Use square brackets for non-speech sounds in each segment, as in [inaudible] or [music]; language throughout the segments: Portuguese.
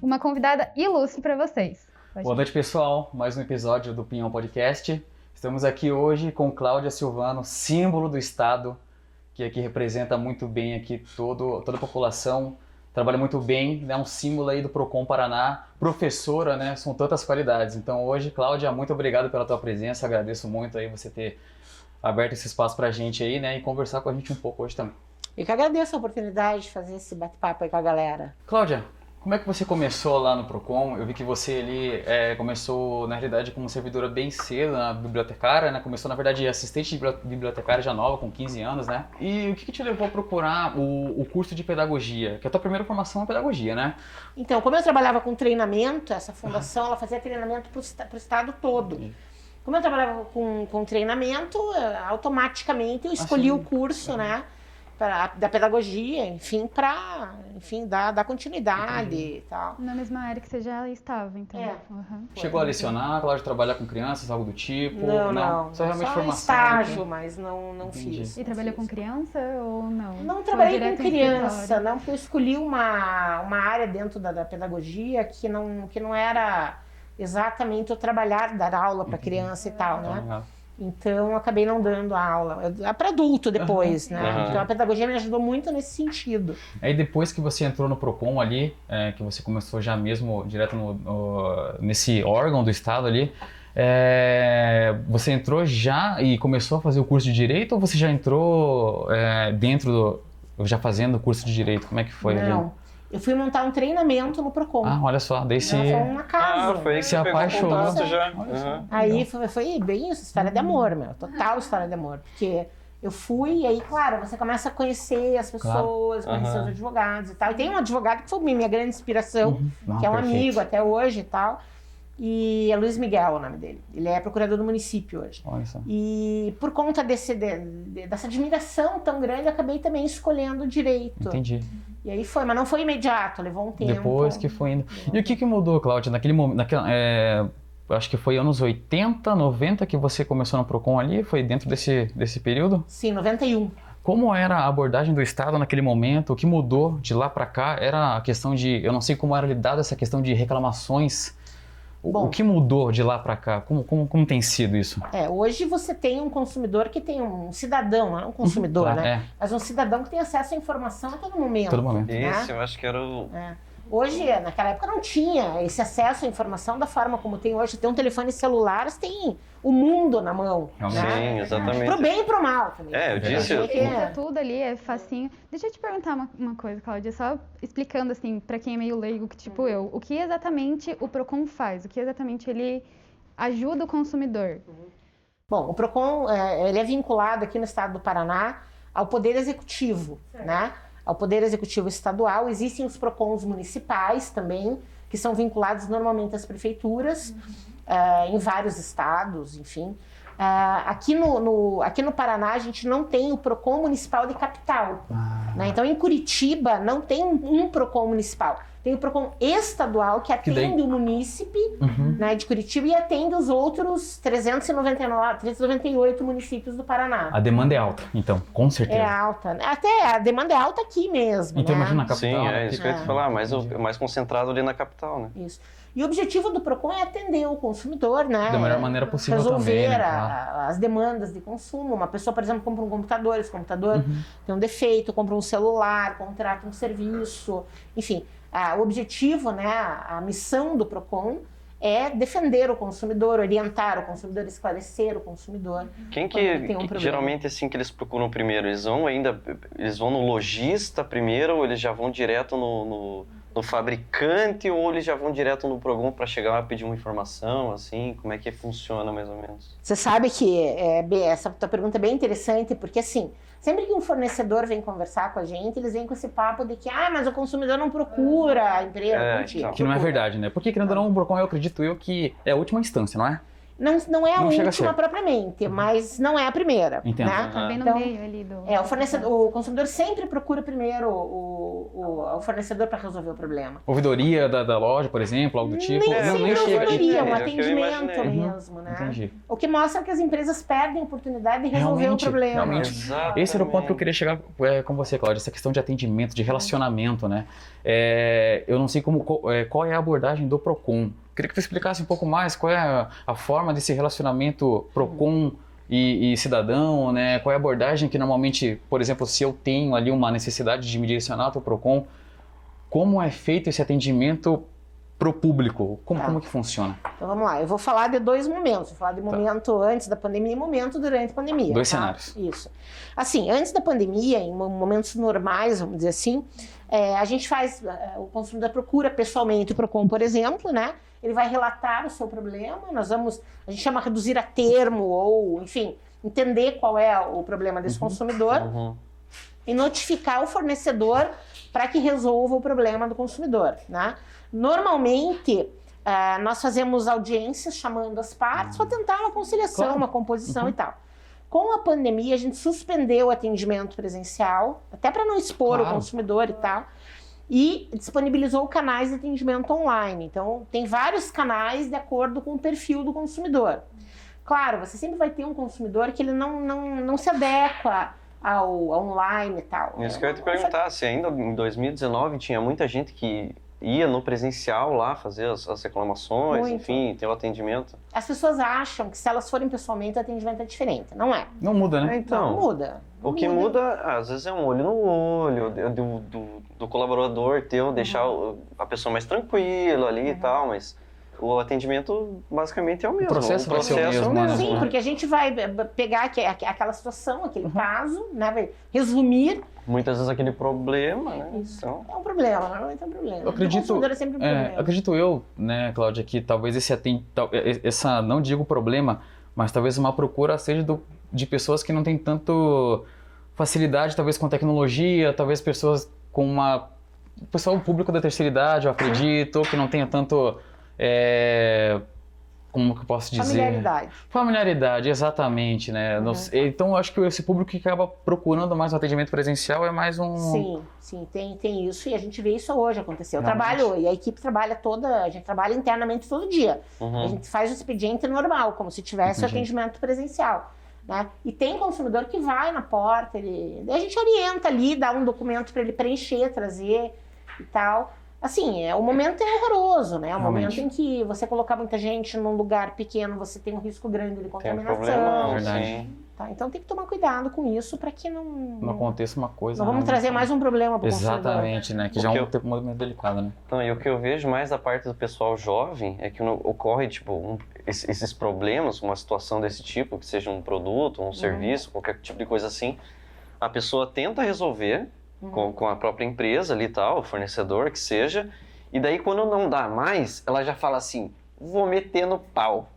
uma convidada ilustre para vocês. Boa noite, pessoal. Mais um episódio do Pinhão Podcast. Estamos aqui hoje com Cláudia Silvano, símbolo do Estado, que aqui representa muito bem aqui todo, toda a população. Trabalha muito bem, é um símbolo aí do Procon Paraná, professora, né? São tantas qualidades. Então hoje, Cláudia, muito obrigado pela tua presença. Agradeço muito aí você ter aberto esse espaço para a gente aí, né? E conversar com a gente um pouco hoje também. E que agradeço a oportunidade de fazer esse bate-papo aí com a galera. Cláudia, como é que você começou lá no Procon? Eu vi que você ali é, começou, na realidade, como servidora bem cedo, na bibliotecária, né? Começou, na verdade, assistente de bibliotecária já nova, com 15 anos, né? E o que, que te levou a procurar o, o curso de pedagogia? Que a tua primeira formação é pedagogia, né? Então, como eu trabalhava com treinamento, essa fundação ela fazia treinamento para o estado todo. Uhum. Como eu trabalhava com, com treinamento, eh, automaticamente eu escolhi Ah, sim. o curso, né? pra- da pedagogia, enfim, para enfim, dar, dar continuidade Uhum. e tal. Na mesma área que você já estava, então. É. Uhum. Chegou a lecionar, Cláudia, trabalhar com crianças, algo do tipo? Não, não. Só realmente formação. né? estágio, mas não, não Entendi. fiz. E não trabalhou fiz. com criança ou não? Não Foi trabalhei com direto em criança, escritório? não, porque eu escolhi uma, uma área dentro da, da pedagogia que não, que não era exatamente o trabalhar, dar aula Uhum. para criança e tal, né? Então, Então eu acabei não dando aula. É para adulto depois, né? Aham. Então a pedagogia me ajudou muito nesse sentido. Aí depois que você entrou no Procon ali, é, que você começou já mesmo direto no- no- nesse órgão do estado ali, é, você entrou já e começou a fazer o curso de direito ou você já entrou é, dentro do, já fazendo o curso de direito? Como é que foi? não. Ali? Eu fui montar um treinamento no Procon. Ah, olha só, daí se Não, foi uma casa. Ah, foi aí que Se você pegou o apaixonou. contato já. Olha só. Aham. Aí foi, foi bem isso, história de amor, meu. Total história de amor. Porque eu fui, e aí, claro, você começa a conhecer as pessoas, Claro. conhecer Aham. os advogados e tal. E tem um advogado que foi minha grande inspiração, Não, que é um Uhum. perfeito. amigo até hoje e tal. E é Luiz Miguel o nome dele. Ele é procurador do município hoje. Olha só. E por conta desse, de- de- dessa admiração tão grande, eu acabei também escolhendo o direito. Entendi. E aí foi, mas não foi imediato, levou um tempo. Depois que foi indo. E o que, que mudou, Cláudia, naquele momento, naquela, é, acho que foi anos 80, 90 que você começou no Procon ali, foi dentro desse, desse período? Sim, 91. Como era a abordagem do Estado naquele momento? O que mudou de lá para cá? Era a questão de, eu não sei como era lidada essa questão de reclamações. O, Bom. o que mudou de lá para cá? Como, como, como tem sido isso? É, hoje você tem um consumidor que tem um cidadão, não é um consumidor, Claro, né? É, Mas um cidadão que tem acesso à informação a todo momento. né? todo momento. Esse eu acho que era o. Hoje, naquela época, não tinha esse acesso à informação da forma como tem hoje. Você Tem um telefone celular, você tem o mundo na mão. Realmente. Né? Sim, Pro exatamente. bem e pro mal também. É, eu disse. Tinha que- Pesquisa tudo ali, é facinho. Deixa eu te perguntar uma, uma coisa, Cláudia, só explicando assim, pra quem é meio leigo, que tipo eu, o que exatamente o Procon faz? O que exatamente ele ajuda o consumidor? Bom, o PROCON é, ele é vinculado aqui no estado do Paraná ao Poder Executivo, né? Ao Poder Executivo Estadual. Existem os PROCONs municipais também, que são vinculados normalmente às prefeituras, é, em vários estados, enfim. É, aqui, no, no- aqui no Paraná, a gente não tem o PROCON municipal de capital. Ah, né? Então, em Curitiba, não tem um PROCON municipal. Tem o PROCON estadual, que Que daí- atende o munícipe uhum. né, de Curitiba e atende os outros 399, 398 municípios do Paraná. A demanda é alta, então, com certeza. É alta. né? Até a demanda é alta aqui mesmo. Então, né? imagina a capital. Sim, é né? isso que eu ia te É. falar, mais, o- mais concentrado ali na capital, né? Isso. E o objetivo do PROCON é atender o consumidor, né? Da melhor maneira possível Resolver também. né? a- Claro. as demandas de consumo. Uma pessoa, por exemplo, compra um computador, esse computador Uhum. tem um defeito, compra um celular, contrata um serviço, enfim. ah, o objetivo, né, a a missão do PROCON é defender o consumidor, orientar o consumidor, esclarecer o consumidor. Quem Quando que, tem um problema. geralmente assim que eles procuram primeiro? Eles vão ainda, eles vão no lojista primeiro ou eles já vão direto no, no, no fabricante ou eles já vão direto no Procon para chegar lá pedir uma informação, assim, como é que funciona mais ou menos? Você sabe que é, bem- essa tua pergunta é bem interessante, porque assim, sempre que um fornecedor vem conversar com a gente, eles vêm com esse papo de que, ah, mas o consumidor não procura a empresa. É, mentira, então. Que não é procura. verdade, né? Porque, querendo ou não, o Procon, eu acredito eu que é a última instância, não é? Não, não é a Não chega a última ser. Uhum. propriamente, mas não é a primeira. Entendo. né? Tá bem no Então, meio ali do. É, o, fornecedor, o consumidor sempre procura primeiro o, o- ao fornecedor para resolver o problema. Ouvidoria da, da loja, por exemplo, algo do tipo? Nem, É, sempre nem chega. ouvidoria, um É, é o que eu atendimento imaginei. mesmo, né? Uhum. Entendi. O que mostra que as empresas perdem a oportunidade de resolver Realmente, o problema. realmente. Exatamente. Esse era o ponto que eu queria chegar é, com você, Cláudia, essa questão de atendimento, Uhum. de relacionamento, né? É, eu não sei como, co- é, qual é a abordagem do PROCON. Queria que você explicasse um pouco mais qual é a, a forma desse relacionamento Uhum. PROCON e, e cidadão, né? Qual é a abordagem que normalmente, por exemplo, se eu tenho ali uma necessidade de me direcionar para o PROCON, como é feito esse atendimento para o público? Como, Tá. como que funciona? Então vamos lá, eu vou falar de dois momentos. Vou falar de momento antes da pandemia e momento durante a pandemia. Tá. Dois tá? cenários. Isso. Assim, antes da pandemia, em mo- momentos normais, vamos dizer assim, é, a gente faz. é, o consumidor procura pessoalmente o PROCON, por exemplo, né? Ele vai relatar o seu problema, nós vamos. A gente chama reduzir a termo, ou, enfim, entender qual é o problema desse consumidor. Uhum. e notificar o fornecedor para que resolva o problema do consumidor. Né? Normalmente, ah, nós fazemos audiências chamando as partes para tentar uma conciliação, Claro. Uhum. uma composição e tal. Com a pandemia, a gente suspendeu o atendimento presencial, até para não expor o Claro. consumidor e tal, e disponibilizou canais de atendimento online. Então, tem vários canais de acordo com o perfil do consumidor. Claro, você sempre vai ter um consumidor que ele não, não, não se adequa ao ao online e tal. Isso que eu ia te É uma- perguntar, se ainda em 2019 tinha muita gente que ia no presencial lá fazer as, as reclamações, Muito. enfim, ter o atendimento. As pessoas acham que se elas forem pessoalmente o atendimento é diferente. Não é. Não muda, né? É, não então, muda. o que muda, às vezes, é um olho no olho de- do, do, do colaborador Uhum. teu, deixar o- a pessoa mais tranquila ali e tal, mas o atendimento basicamente é o mesmo. processo vai ser o mesmo, é né? Sim, Uhum. porque a gente vai eh, b- pegar aque- aque- aquela situação, aquele caso, né? vai resumir. Muitas vezes aquele problema, né? Então, É um problema, normalmente é um problema. Eu acredito- O consumidor é sempre um É, problema. acredito eu, né, Cláudia, que talvez esse aten- tal- e- e- essa, não digo problema, mas talvez uma procura seja do- de pessoas que não têm tanto facilidade, talvez com tecnologia, talvez pessoas com uma. O pessoal um público da terceira idade, eu acredito, que não tenha tanto. é, como que eu posso dizer? Familiaridade. Familiaridade, exatamente, né? Não Uhum. sei- Então, eu acho que esse público que acaba procurando mais um atendimento presencial é mais um. Sim, sim, tem, tem isso e a gente vê isso hoje acontecer. Eu Realmente. trabalho e a equipe trabalha toda, a gente trabalha internamente todo dia. A uhum. gente faz o expediente normal, como se tivesse o Hum. Entendi. atendimento presencial. Né? E tem consumidor que vai na porta, ele... a gente orienta ali, dá um documento para ele preencher, trazer e tal. Assim, é, o momento é horroroso, né? O Realmente. momento em que você colocar muita gente num lugar pequeno, você tem um risco grande de tem um contaminação. problema, Verdade. sim. tá? Então tem que tomar cuidado com isso para que não. Não um aconteça uma coisa. não vamos né? trazer mais um problema para o consumidor. Exatamente, né? Que já é um Porque tempo muito delicado, né? Então, e o que eu vejo mais da parte do pessoal jovem é que no- ocorre, tipo, um- es- esses problemas, uma situação desse tipo, que seja um produto, um serviço, qualquer tipo de coisa assim, a pessoa tenta resolver Uhum. com, com a própria empresa ali e tal, o fornecedor que seja, e daí quando não dá mais, ela já fala assim, vou meter no pau.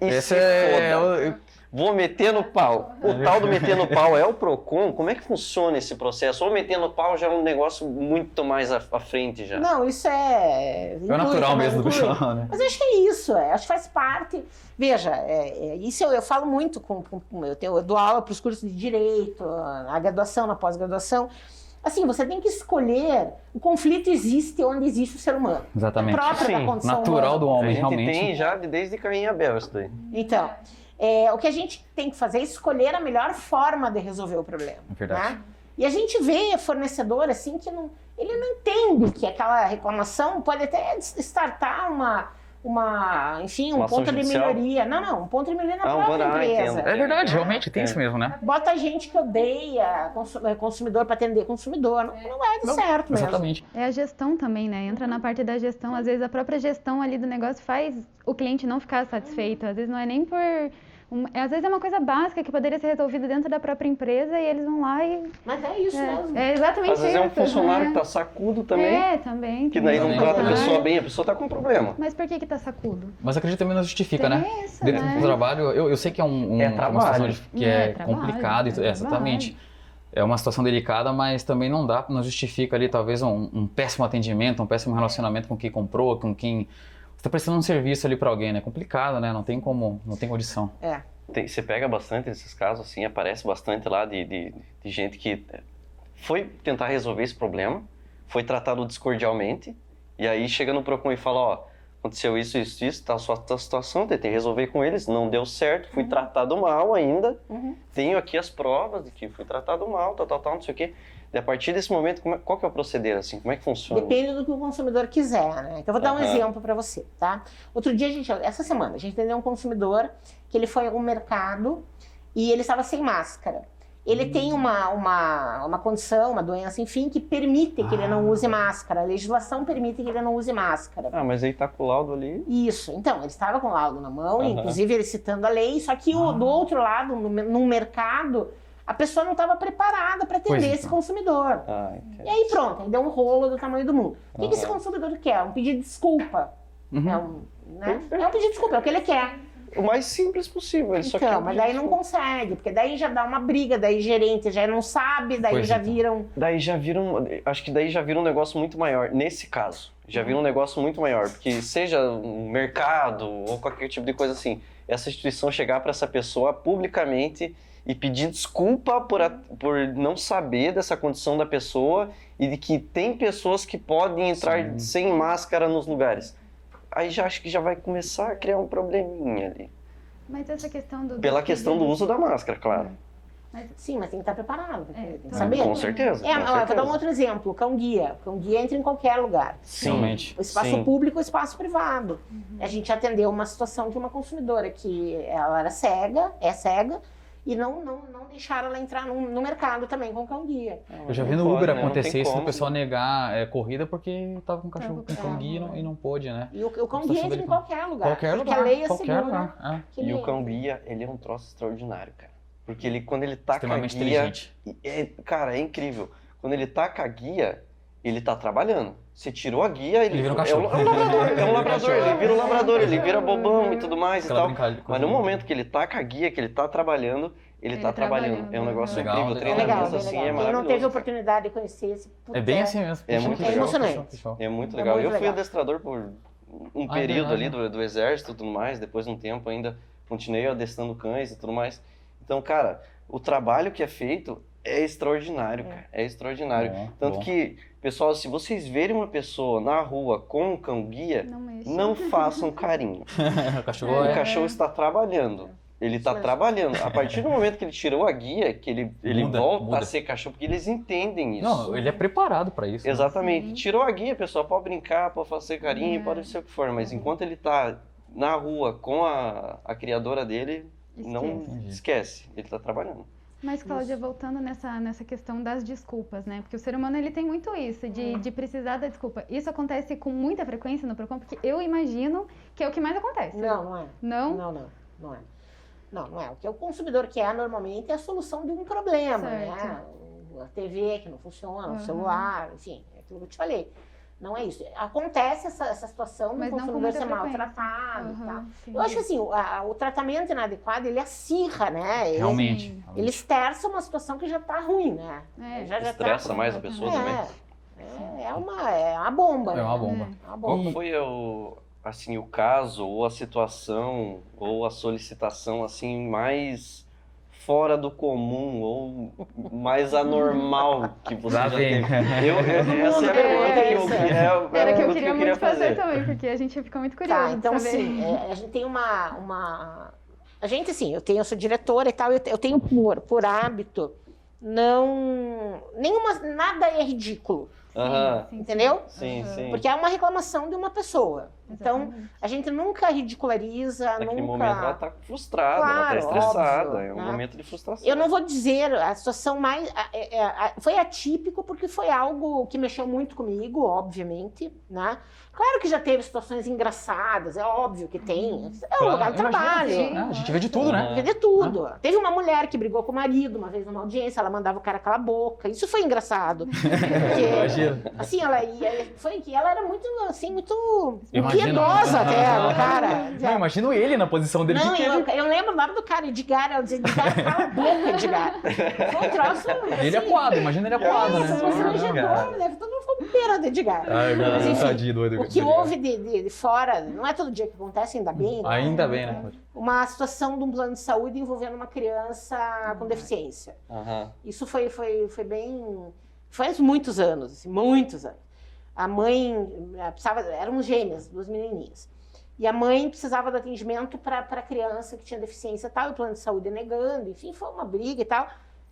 E Esse se é, foda. é o- Vou meter no pau. O tal do meter no pau é o PROCON? Como é que funciona esse processo? Ou meter no pau já é um negócio muito mais à, à frente já? Não, isso é. é o natural mesmo do pessoal. pessoal, né? Mas eu acho que é isso, é, acho que faz parte. Veja, é, é, isso eu, eu falo muito, com, com- com- eu, tenho- eu dou aula para os cursos de direito, a graduação, na pós-graduação. Assim, você tem que escolher. O conflito existe onde existe o ser humano. [laughs] Exatamente. Próprio da Sim, condição Natural humana. do a homem, gente tem realmente. já de- desde Caim Abel isso daí. Então, é, o que a gente tem que fazer é escolher a melhor forma de resolver o problema. É verdade. né? E a gente vê fornecedor assim que não, ele não entende que aquela reclamação pode até startar uma, uma enfim, um Uma ação ponto de judicial? melhoria. Não, não, um ponto de melhoria na Ah, um própria ponto- ah, empresa. entendo. É verdade, É. realmente tem É. isso mesmo, né? Bota gente que odeia consu- eh, consumidor para atender consumidor. Não, não é do Não, certo mesmo. Exatamente. É a gestão também, né? Entra Uhum. na parte da gestão. Às vezes a própria gestão ali do negócio faz o cliente não ficar satisfeito. Às vezes não é nem por. um- é- às vezes é uma coisa básica que poderia ser resolvida dentro da própria empresa e eles vão lá e. Mas é isso mesmo. É, é exatamente Às vezes é um isso, funcionário né? que tá sacudo também, É, também. que tem daí isso, não Também. trata a né? pessoa bem, a pessoa tá com problema. Mas por que que tá sacudo? Mas acredito também não justifica, né? Tem isso, Dentro né? do trabalho, eu, eu sei que é um, um- É uma situação trabalho. de- que É, é, trabalho, complicada. e tu- é é, exatamente. É uma situação delicada, mas também não dá, não justifica ali talvez um, um péssimo atendimento, um péssimo relacionamento com quem comprou, com quem. Você tá prestando um serviço ali pra alguém, né? É complicado, né? Não tem como, não tem condição. É. Tem- você pega bastante desses casos, assim, aparece bastante lá de, de, de gente que foi tentar resolver esse problema, foi tratado discordialmente. E aí chega no PROCON e fala, ó, aconteceu isso, isso, isso, tá a sua tá a situação, tentei resolver com eles, não deu certo, fui tratado mal ainda, Uhum. tenho aqui as provas de que fui tratado mal, tal, tal, tal, não sei o quê. E a partir desse momento, como é- qual que é o proceder, assim? Como é que Tá funciona? Depende do que o consumidor quiser, né? Então, eu vou dar um Aham. exemplo para você, tá? Outro dia, a gente, essa semana, a gente atendeu um consumidor que ele foi a um mercado e ele estava sem máscara. Hum. Ele tem uma, uma, uma condição, uma doença, enfim, que permite que ele não Ah. use máscara. A legislação permite que ele não use máscara. Ah, mas aí tá com o laudo ali... Isso, então, ele estava com o laudo na mão, Aham. inclusive ele citando a lei, só que o- Ah. do outro lado, no, no mercado, a pessoa não estava preparada para atender Pois esse então. consumidor. Ah, entendi. E aí pronto, aí deu um rolo do tamanho do mundo. O que, que esse Aham. Hum. consumidor quer? Um pedido de desculpa. Uhum. É, um, né? é um pedido de desculpa, é o que ele quer. O mais simples possível, ele só quer... um Então, mas daí não consegue, porque daí já dá uma briga, daí gerente já não sabe, daí Pois já então. viram. Daí já vira um, acho que daí já vira um negócio muito maior, nesse caso. Já vira um negócio muito maior, porque seja um mercado ou qualquer tipo de coisa assim, essa instituição chegar para essa pessoa publicamente e pedir desculpa por, a- por não saber dessa condição da pessoa e de que tem pessoas que podem entrar Sim. sem máscara nos lugares. Aí já acho que já vai começar a criar um probleminha ali. Mas essa questão do. Pela do questão do pedido- uso da máscara, claro. Sim, mas tem que estar preparado, porque É, tem tá. que então- saber. Com certeza. É, ó, com eu vou certeza. dar um outro exemplo, o cão-guia. O cão-guia entra em qualquer lugar. Realmente. O espaço Sim. público, o espaço privado. A gente atendeu uma situação de uma consumidora que ela era cega, é cega, e não, não, não deixaram ela entrar no, no mercado também com o cão-guia. Eu já vi Não no Uber pode, né? Não acontecer tem isso do como. pessoal negar é, corrida porque tava com um Tava cachorro com com cão cachorro, guia e não- né? e não pôde, né? E o, o Nossa, cão-guia entra sobre- em qualquer lugar. Qualquer porque lugar. a lei é qualquer segura. lugar. é. que E ele o entra. cão guia, ele é um troço extraordinário, cara. Porque ele, quando ele tá com a Extremamente guia, inteligente. é, cara, é incrível. Quando ele tá com a guia, ele tá trabalhando. Você tirou a guia, ele, Ele vira um é um- cachorro. É um, labrador, é um labrador, Ele vira um ele [laughs] vira um labrador, ele vira bobão e tudo mais Aquela e tal. brincadeira. Mas no momento que ele tá com a guia, que ele tá trabalhando, ele, Ele tá trabalhando. trabalhando, É um negócio legal. incrível. Legal, É legal, Treinamento legal, bem assim legal. é Quem não maravilhoso. teve a oportunidade de conhecer esse É puta, bem assim mesmo. É Puxa, muito legal. puxa, Emocionante. puxa, puxa. É muito É legal. muito eu fui legal. adestrador por um Ah, é período ali verdade. do, do exército e tudo mais, depois de um tempo ainda continuei adestrando cães e tudo mais. Então, cara, o trabalho que é feito é extraordinário, É. cara. É extraordinário. Bom, Tanto bom. que, pessoal, se vocês verem uma pessoa na rua com um cão guia, Não mexe. não façam carinho. [laughs] o cachorro O é. cachorro está trabalhando. Ele está Mas- trabalhando. A partir do momento que ele tirou a guia, que ele, ele Muda, volta muda. a ser cachorro, porque eles entendem isso. Não, ele é preparado pra isso. né? Exatamente. Sim. Tirou a guia, pessoal. Pode brincar, pode fazer carinho, É. pode ser o que for. Mas enquanto ele tá na rua com a, a criadora dele, não Entendi. esquece. Ele tá trabalhando. Mas, Cláudia, voltando nessa, nessa questão das desculpas, né? Porque o ser humano ele tem muito isso, É. de, de precisar da desculpa. Isso acontece com muita frequência no Procon, porque eu imagino que é o que mais acontece. Não, não é. Não? Não, não, não é. Não, não é. O que o consumidor quer normalmente é a solução de um problema, né? Certo. A TV que não funciona, o Aham. celular, enfim, é aquilo que eu te falei. Não é isso. Acontece essa, essa situação do Mas não com consumidor muita ser frequência. maltratado e tal. Aham, sim. Ah, Eu acho que assim, o, a- o tratamento inadequado, ele acirra, né? Ele, Realmente. Sim. ele esterça uma situação que já tá ruim, né? É. Já, já Estressa tá... mais a pessoa né? também. É, é, é uma, é uma bomba. É uma né? bomba. É uma bomba. Qual foi o, assim, o caso, ou a situação, ou a solicitação assim mais fora do comum, ou mais anormal que você já Lá vem. teve? Eu, eu- essa é a É, pergunta que eu, essa. é, a Era pergunta que eu queria muito fazer fazer. também, porque a gente fica muito curioso. Tá, então de saber. assim, é, a gente tem uma, uma. A gente, assim, eu tenho, eu sou diretora e tal, eu, te- eu tenho por, por hábito não. Nenhuma. Nada é ridículo, Aham. Sim, sim, entendeu? Sim, Aham. sim. Porque é uma reclamação de uma pessoa. Então, Exatamente. a gente nunca ridiculariza, Naquele nunca. momento ela tá frustrada, ela tá Claro, estressada. óbvio, é um né? momento de frustração. Eu não vou dizer a situação mais. a- é- é- a- foi atípico porque foi algo que mexeu muito comigo, obviamente, né? Claro que já teve situações engraçadas, é óbvio que tem. É um Uhum. Claro, lugar de imagina, trabalho. sim. [laughs] Ah, a gente vê de tudo, né? Ah. Vê de tudo. Teve uma mulher que brigou com o marido uma vez numa audiência, ela mandava o cara calar a boca. Isso foi [laughs] engraçado. Porque, Imagina. assim, ela ia, foi que ela era muito, assim, muito Imagina. piedosa até, Não, no cara. Não, imagino ele na posição dele. Não, que eu, eu lembro o nome do cara, Edgar, ela dizia, Edgar, cala a boca, Edgar. Foi um troço, ele, ele é assim, quadro, imagina ele é quadro, né? Nossa, quadro, você né? assim, imaginou, né? Todo mundo ficou com pena do Edgar. Ai, meu Mas, Deus, enfim, tadinho doido. O que houve de, de- de fora, não é todo dia que acontece, ainda bem. né? Ainda bem, né? Uma situação de um plano de saúde Uhum. envolvendo uma criança com deficiência. Aham. Isso foi, foi, foi bem. Faz muitos anos, assim, muitos anos. A mãe eh, precisava, eram gêmeas, duas menininhas. E a mãe precisava do atendimento para a criança que tinha deficiência e tal, e o plano de saúde negando, enfim, foi uma briga e tal.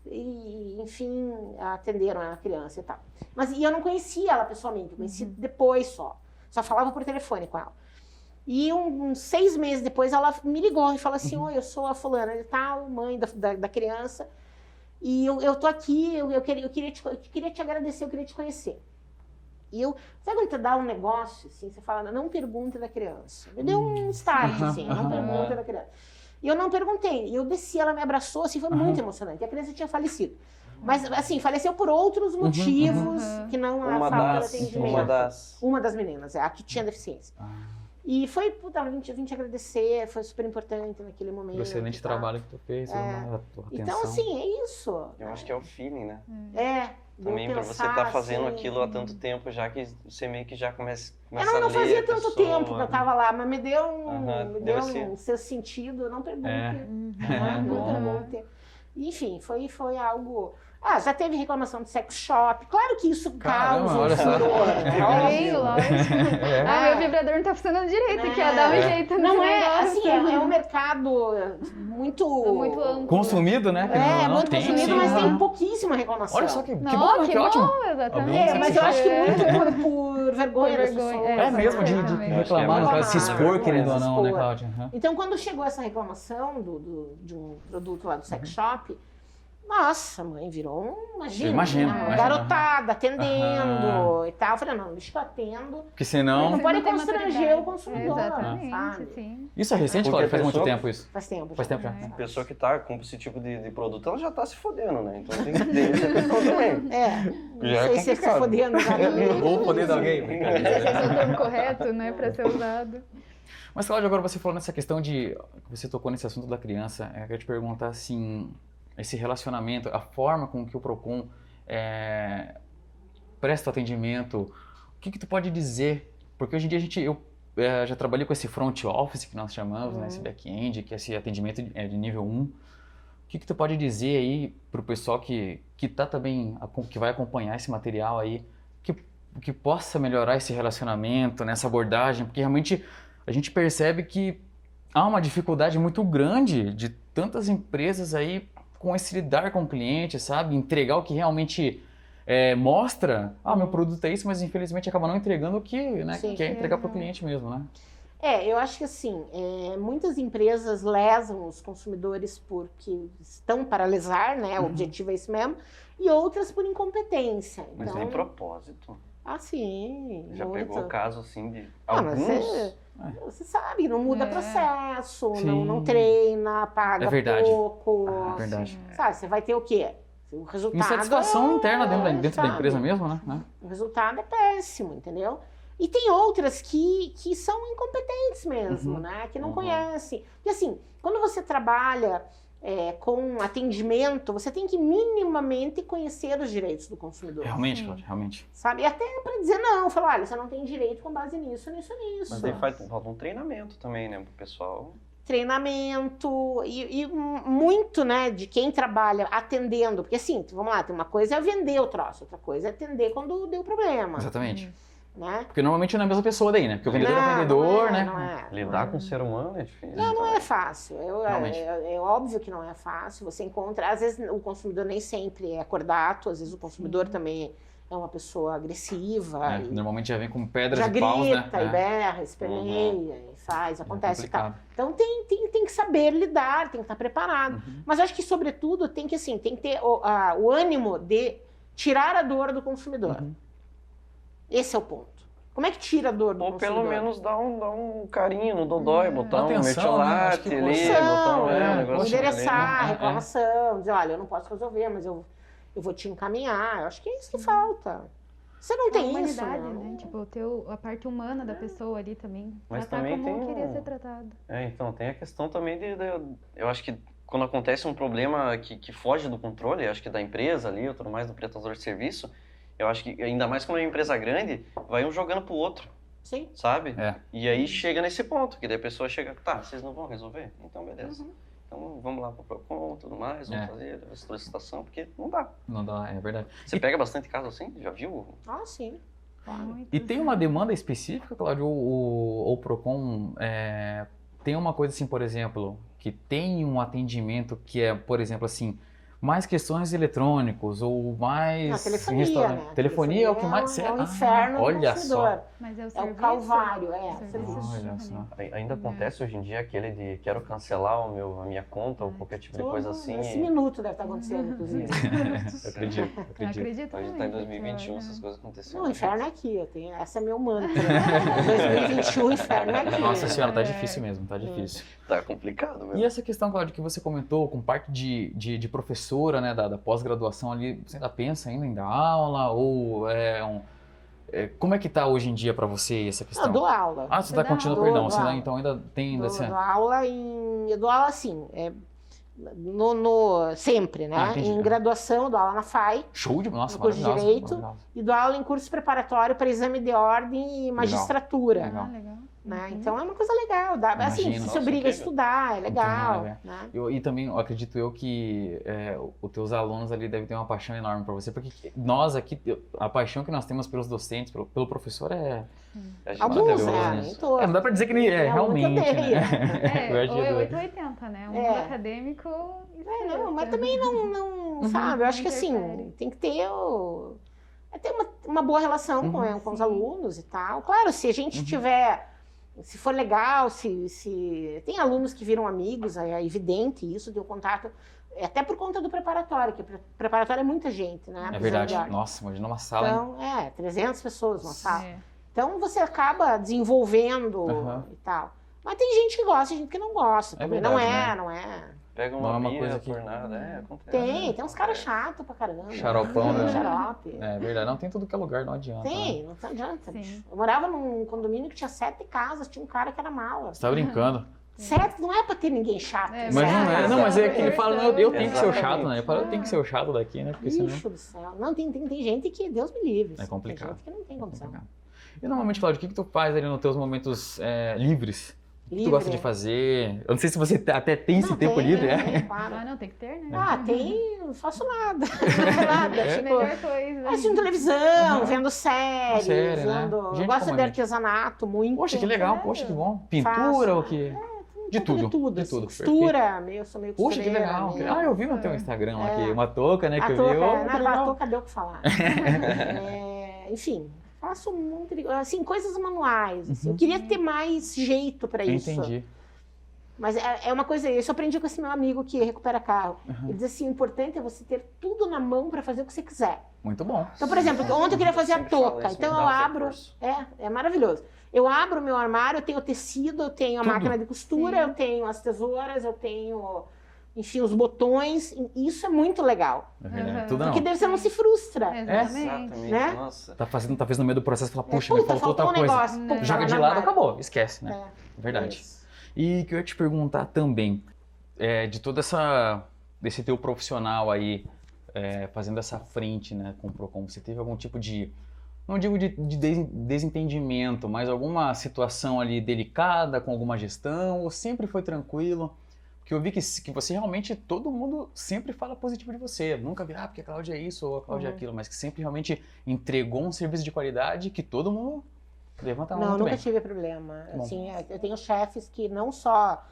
E, enfim, atenderam a criança e tal. Mas e eu não conhecia ela pessoalmente, eu conheci depois só. Só falava por telefone com ela. E um- uns seis meses depois ela me ligou e falou assim: Oi, eu sou a fulana de tal, mãe da, da, da criança, e eu, eu tô aqui, eu, eu queria, eu, queria te, eu queria te agradecer, eu queria te conhecer. E eu, sabe quando tu dá um negócio, assim, você fala, não pergunta da criança. Me deu um start, assim, não pergunta da criança. E eu não perguntei. E eu desci, ela me abraçou, assim, foi muito emocionante. E a criança tinha falecido. Mas, assim, faleceu por outros motivos Uhum. que não a Uma falta de das, atendimento. uma das. Uma das meninas, é a que tinha deficiência. E foi, puta, eu vim te, vim te agradecer, foi super importante naquele momento. Pelo excelente e tal. trabalho que tu fez, Tá. É. uma- a tua atenção. Então, assim, é isso. Eu acho que é o feeling, né? É. de eu Também pra você pensar, estar fazendo assim, aquilo há tanto tempo, já que você meio que já começa, Eu começa não, a não ler fazia a tanto pessoa, tempo que eu né? tava lá, mas me deu um, Aham, me deu deu esse- um seu sentido, não pergunte. É. né? [laughs] É, Não bom, bom. pergunte. Enfim, foi, foi algo. Ah, já teve reclamação de sex shop. Claro que isso Caramba, olha causa um só. [laughs] furor. Eu né? Veio, lógico. [laughs] É. Ah, meu vibrador não tá funcionando direito, que ia dar um É. jeito nesse Não é negócio. assim, é, é um mercado muito. É Muito amplo. Consumido, né? querendo ou É, não, muito tem, consumido, sim, mas né? tem pouquíssima reclamação. Olha só que, que Não, bom, né? que Que ótimo. bom, exatamente. Alguém É, mas eu acho que É. muito por, por vergonha Por das vergonha, pessoas. né? é. É mesmo de, de Exatamente. reclamar, no caso, se expor, Reclamar, querendo ou se não, né, expor. Cláudia? Aham. Então, quando chegou essa reclamação do, do- de um produto lá do sex Uhum. shop, nossa, mãe, virou um. Imagina. Imagino, né? imagino, Garotada, atendendo Aham. Então, e tal. Eu falei, não, deixa que eu atendo. Porque senão. Não Você pode tem constranger maturidade. o consumidor, É, Exatamente, sabe? sim. Isso é recente, Porque Cláudia? Faz a muito pessoa- tempo isso. Faz tempo. Faz tempo já. A pessoa que tá com esse tipo de, de produto, ela já tá se fodendo, né? Então tem que ter essa [laughs] questão também. É. Não Já é sei se é se complicado. fodendo. já. Ou o poder de alguém. Esse é o termo correto, né, pra ser usado. Mas, Cláudio, agora você falou nessa questão de. Você tocou nesse assunto da criança. é, Eu quero te perguntar assim: esse relacionamento, a forma com que o PROCON eh, presta atendimento, o que, que tu pode dizer? Porque hoje em dia a gente. Eu eh, já trabalhei com esse front office que nós chamamos, né, esse back-end, que é esse atendimento de, é de nível 1. O que, que tu pode dizer aí para o pessoal que, que tá também, acom- que vai acompanhar esse material aí, que, que possa melhorar esse relacionamento, nessa abordagem, porque realmente a gente percebe que há uma dificuldade muito grande de tantas empresas aí com esse lidar com o cliente, sabe? Entregar o que realmente é, mostra. Ah, meu produto é isso, mas infelizmente acaba não entregando o que né, Sim. quer entregar para o cliente mesmo, né? É, eu acho que assim, é, muitas empresas lesam os consumidores porque estão para lesar, né? Uhum. O objetivo é esse mesmo. E outras por incompetência. Mas então, tem propósito. Ah, sim. Já muito. pegou o caso, assim, de Ah, mas alguns... você, você sabe, não muda É. processo, não, Sim. não treina, paga É verdade. pouco. Ah, assim. verdade. Sabe, você vai ter o quê? O resultado. Insatisfação é- interna dentro, da, dentro da sabe? empresa mesmo, né? né? O resultado é péssimo, entendeu? E tem outras que, que são incompetentes mesmo, Uhum. né? Que não Uhum. conhecem. E assim, quando você trabalha é, com atendimento, você tem que minimamente conhecer os direitos do consumidor. É. Realmente, Sim. Cláudio, realmente. Sabe? E até para dizer não, falar, olha, você não tem direito com base nisso, nisso, nisso. Mas daí falta, falta um treinamento também, né, pro pessoal. treinamento e, e mu- muito, né, de quem trabalha atendendo, porque assim, vamos lá, tem uma coisa é vender o troço, outra coisa é atender quando deu problema, Exatamente. né? Porque normalmente não é a mesma pessoa daí, né? Porque o vendedor é o vendedor, né? Não é, Lidar com o ser humano é difícil. Não, não é fácil. Eu- Realmente. é, é óbvio que não é fácil. Você encontra, às vezes o consumidor nem sempre é acordato, às vezes o consumidor também é uma pessoa agressiva, É, e normalmente já vem com pedras já e paus, né? grita, e berra, esperneia, e faz, É acontece e tal. complicado. Então tem, tem, tem que saber lidar, tem que estar preparado. Uhum. Mas eu acho que, sobretudo, tem que assim, tem que ter o, a- o ânimo de tirar a dor do consumidor. Uhum. Esse é o ponto. Como é que tira a dor do Ou consumidor? pelo menos dar um, dar um carinho no Dodói, botar um É, Atenção, né? Acho metiolate que ali, poxa. botar um, é, É, um negócio poxa, ali, né? endereçar, né? É, é. reclamação, dizer, olha, eu não posso resolver, mas eu, eu vou te encaminhar. Eu acho que é isso que falta. Você não a tem isso, humanidade, não. né? Tipo, ter o- a parte humana da pessoa ali também. Mas tratar também como tem queria um- ser tratado. É, então, tem a questão também de, de- Eu acho que quando acontece um problema que, que foge do controle, acho que da empresa ali, ou tudo mais, do prestador de serviço, eu acho que, ainda mais quando é uma empresa grande, vai um jogando pro outro, Sim. sabe? É. E aí chega nesse ponto, que daí a pessoa chega, tá, vocês não vão resolver? Então, beleza. Então vamos lá para o PROCON e tudo mais, vamos É. fazer a solicitação, porque não dá. Não dá, é verdade. Você pega bastante caso assim, já viu? Ah, sim. Claro. Muito. E tem Uhum. uma demanda específica, Claudio, ou, ou- ou o PROCON é, tem uma coisa assim, por exemplo, que tem um atendimento que é, por exemplo, assim, mais questões eletrônicos ou mais Ah, telefonia, restaurante- né? telefonia é o que mais... É o Ah, inferno do olha só. consumidor. Mas é o, É o serviço? calvário, é. Serviço. Serviço. Olha só. Ai- Ainda Né. acontece hoje em dia aquele de quero cancelar o meu, a minha conta ou qualquer tipo de coisa assim. Esse é. e- minuto deve estar Uhum. acontecendo, inclusive. [laughs] Eu acredito, Eu eu acredito. acredito Então a gente tá também, em 2021, porque, essas né, coisas acontecendo. Não, o inferno é aqui, eu tenho, essa é meu [laughs] mantra. 2021, o inferno é aqui. Nossa senhora, tá É. difícil mesmo, tá difícil. Tá complicado É. mesmo. E essa questão, Claudio, que você comentou com parte de, de, de professora, né, da, da pós-graduação ali, você ainda pensa ainda em dar aula ou é um... é, como é que tá hoje em dia pra você essa Eu questão? dou aula. Ah, você Você tá dá continuando, aula. perdão. Você Dou dá, aula. então ainda tem ainda dou, assim. dou aula em. Eu dou aula assim, é, no, no- sempre, né? Ah, entendi. em graduação, eu dou aula na FAI Show de. Nossa, No curso de maravilhosa, Direito. maravilhosa. e dou aula em curso preparatório para exame de ordem e tá magistratura. Legal. Ah, legal. Né? Uhum. Então é uma coisa legal. Dá, assim, Imagino. se Nossa, obriga que a legal. estudar, é legal. Então, é. né? Eu- e também eu acredito eu que é, os teus alunos ali devem ter uma paixão enorme por você, porque nós aqui, eu- a paixão que nós temos pelos docentes, pelo, pelo professor é. A gente Alguns, Maravilhoso, né? né? Nem é, Não todos. dá pra dizer que nem é, Tem aluno que realmente. odeia. Né? [laughs] É, [laughs] Eu ou acredito. é 880, né? Um É. acadêmico. É, não, mas também não, não Uhum, sabe? Eu acho que interfere. assim, tem que ter, o- é ter uma, uma boa relação com, é, Uhum. com os Sim. alunos e tal. Claro, se a gente Uhum. tiver, se for legal, se, se- Tem alunos que viram amigos, é, é evidente isso, deu contato. é Até por conta do preparatório, que pre- preparatório é muita gente, né? É Apesar verdade. de arte. Nossa, imagina uma sala. hein? Então, é, 300 pessoas numa sala. É. Então você acaba desenvolvendo Aham. e tal. Mas tem gente que gosta e gente que não gosta. É também. não é, verdade, não é. pega Não é uma, uma uma coisa coisa que- por nada. É, acontece. Tem, tem uns caras É. chatos pra caramba. Xaropão, Tem né? Xarope. É verdade. Não tem tudo que é lugar, não adianta. né? Tem, não tá- adianta. Sim. bicho. Eu morava num condomínio que tinha sete casas, tinha um cara que era mala. Você tá brincando. Sete não [laughs] é pra ter ninguém chato. É, né? Imagina, Exato. né? não, mas é que ele fala, não, eu tenho que ser o Exatamente. chato, né? Ele fala, eu tenho que ser o chato daqui, né? Porque senão. Bicho do céu. Não, tem, tem, tem gente que, Deus me livre. É complicado. Tem gente que não tem condição. E normalmente, Claudio, o que, que tu faz ali nos teus momentos é, livres? O que tu Livre, gosta de né? fazer? Eu não sei se você te- até tem esse Não, tempo tem, né? livre, tem, é? tem, claro. Ah, não, tem que ter, né? Ah, tem, não [laughs] faço nada. Não faço nada. É? Tipo, [laughs] Melhor coisa. né? assistindo televisão, Aham. vendo série, Série, né? vendo. Gente como Eu gosto de a gente. artesanato muito. Poxa, que legal, poxa, que bom. Pintura né? Faço. ou que. Um De tudo, pouco De tudo. de assim, tudo, Costura, meio, sou meio Poxa, costureira. que legal. meio- Ah, eu vi no teu Instagram aqui, uma touca, né? É. A Que eu vi. touca, Oh, né? que Com a legal. touca deu o que falar. É, enfim, faço um monte de assim, coisas manuais. assim. Uhum. Eu queria ter mais jeito para É isso. Entendi. Mas é, é uma coisa, isso eu aprendi com esse meu amigo que recupera carro. Ele diz assim: o importante é você ter tudo na mão para fazer o que você quiser. Muito bom. Então, por exemplo, ontem eu queria fazer a Sempre falo touca, isso, então me eu dá um abro. recurso. É, é maravilhoso. Eu abro o meu armário, eu tenho tecido, eu tenho a Tudo. máquina de costura, Sim. eu tenho as tesouras, eu tenho, enfim, os botões. e Isso é muito legal. É verdade. Aham. Tudo Não. Porque não. daí você não se É. frustra. Exatamente. Exatamente, Né? nossa. Tá fazendo, talvez no meio do processo, fala, É, puxa, me faltou outra faltou um coisa. negócio. Não. Puta, Joga tá de na lado, máquina. acabou. Esquece, né? Verdade. É, Isso. E que eu ia te perguntar também, é, de toda essa desse teu profissional aí é, fazendo essa frente, né, com o Procon, você teve algum tipo de não digo de, de des- desentendimento, mas alguma situação ali delicada com alguma gestão ou sempre foi tranquilo? Porque eu vi que, s- que você realmente, todo mundo sempre fala positivo de você. Nunca vi, ah, porque a Cláudia é isso ou a Cláudia é Uhum. aquilo, mas que sempre realmente entregou um serviço de qualidade que todo mundo levanta a mão Não, eu Então, muito nunca bem. tive problema. Bom. Assim, é, eu tenho chefes que não só